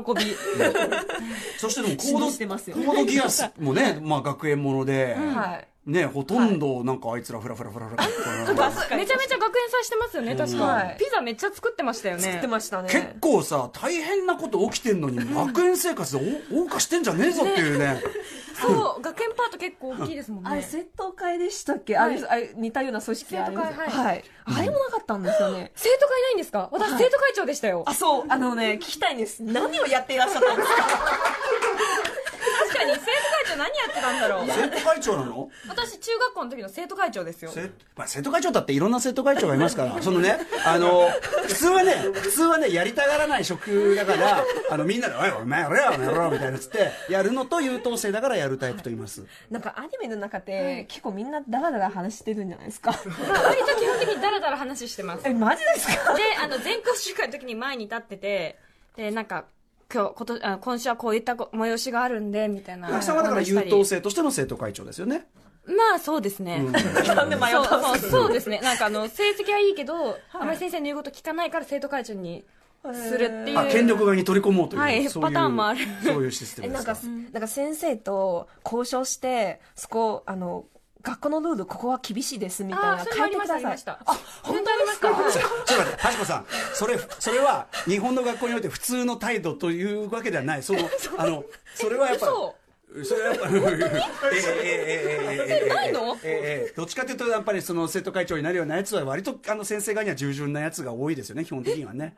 S2: そしてでもコ
S1: 信じ
S2: ー
S1: て
S2: ド、
S1: ますよ
S2: コードギアスもね、 まあ学園もので、
S1: はい。
S2: ね、ほとんどなんかあいつらフラフラフラフラフラ。
S1: かに
S3: めちゃめちゃ学園祭してますよね確か、
S1: はい
S3: ピザめっちゃ作ってましたよね
S1: 作ってましたね。
S2: 結構さ、大変なこと起きてん のに、学園生活でお謳歌してんじゃねえぞっていうね。
S3: そう学園パート結構大きいですもんね
S1: あれ、戦闘会でしたっけ、あれ、あれ似たような組織ありますよ
S5: 生徒会
S1: はい。あれもなかったんですよね。
S3: 生徒会ないんですか私、生徒会長でしたよ
S1: あ、そう、あの ね、聞きたいんです。何をやっていらっしゃったんですか
S3: 確かに生徒会長何やってたんだろう
S2: 生徒会長なの
S3: 私中学校の時の生徒会長ですよ
S2: 生まあ、生徒会長だっていろんな生徒会長がいま すから、そのね、あの、普通はね、普通はね、やりたがらない職だから、あの、みんなで、おい、お前やれよ、お前やろ、みたいなつって、やるのと優等生だからやるタイプと言います。
S1: なんかアニメの中で、結構みんなダラダラ話してるんじゃないです か
S3: 割と基本的にダラダラ話してますで
S1: え、マジですか
S3: あの全校集会の時に前に立っててでなんか今日ことあ今週はこういったこ催しがあるんでみたいな
S2: 青木さんはだから優等生としての生徒会長ですよね。
S3: まあそうですね、
S1: なんで迷ったん
S3: そ
S1: で
S3: う
S1: すか
S3: そうそうですねなんかあの成績はいいけど、あまり先生の言うこと聞かないから生徒会長にするっていう
S2: あ、権力側に取り込もうという。
S3: はい
S2: そういう
S3: パターンもある
S2: そういうシステ
S1: え
S2: ムで
S1: なん
S2: す
S1: か
S2: か。、
S1: なんか先生と交渉して、そこ、あの、学校のルールここは厳しいですみたい
S3: あ
S1: な
S3: それ
S1: 変
S3: もあ
S1: え
S3: り
S1: て
S3: ま
S1: く
S3: したあ
S1: ださいあ、
S3: りまし。た本当ありました
S2: ちょちょっと待って、はしこさん、それ、それは、日本の学校において普通の態度というわけではない。その、あの、それはやっぱり
S3: 嘘
S2: それはやっぱり、ええええええええええ
S3: ないの
S2: えええどっちかというと、やっぱりその生徒会長になるようなやつは、割とあの先生側には従順なやつが多いですよね、基本的にはね。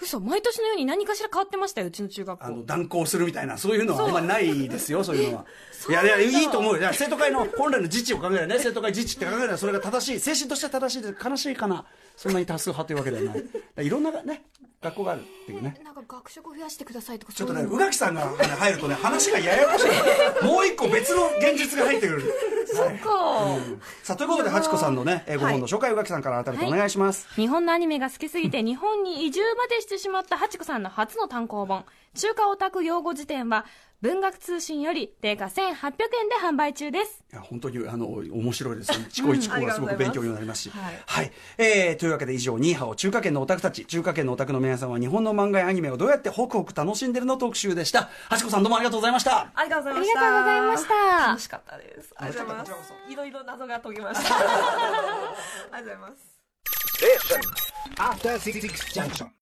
S3: 嘘毎年のように何かしら変わってましたようちの中学
S2: あ
S3: 校
S2: の断行するみたいな、そういうのはあんまないです よ、そういうのは。いや、いや、いいと思うよ。いや生徒会の本来の自治を考えるね、生徒会自治って考えるのは、それが正しい、精神としては正しいです、悲しいかな、そんなに多数派というわけではない。だからいろんなね、学校があるっていうね。
S5: なんか学食増やしてくださいとか
S2: ちょっとね、宇垣さんが入るとね、話がややこしい。もう一個別の現実が入ってくる。さあ、ということで、ハチコさんのね、えーご本の紹介、宇垣さんから改めてお願いします。
S3: 日本のアニメが好きす ぎて日本に移住までしてしまったハチコさんの初の単行本「中華オタク用語辞典」は文学通信より定価1800円で販売中です
S2: いや本当にあの面白いですね。一個一個がすごく勉強になりますし。
S1: ありがとうございま
S2: はい、えーというわけで以上、ニーハオ中華圏のオタクたち、中華圏のオタクの皆さんは日本の漫画やアニメをどうやってホクホク楽しんでるの特集でした。ハチコさんどうもありがとうございました。
S1: ありがとうございました。楽しかったです。ありがとうございます
S2: 楽しかったこちらこ。
S1: いろいろ謎が解けま した。ありがとうございます。
S4: Station. After Six Junction.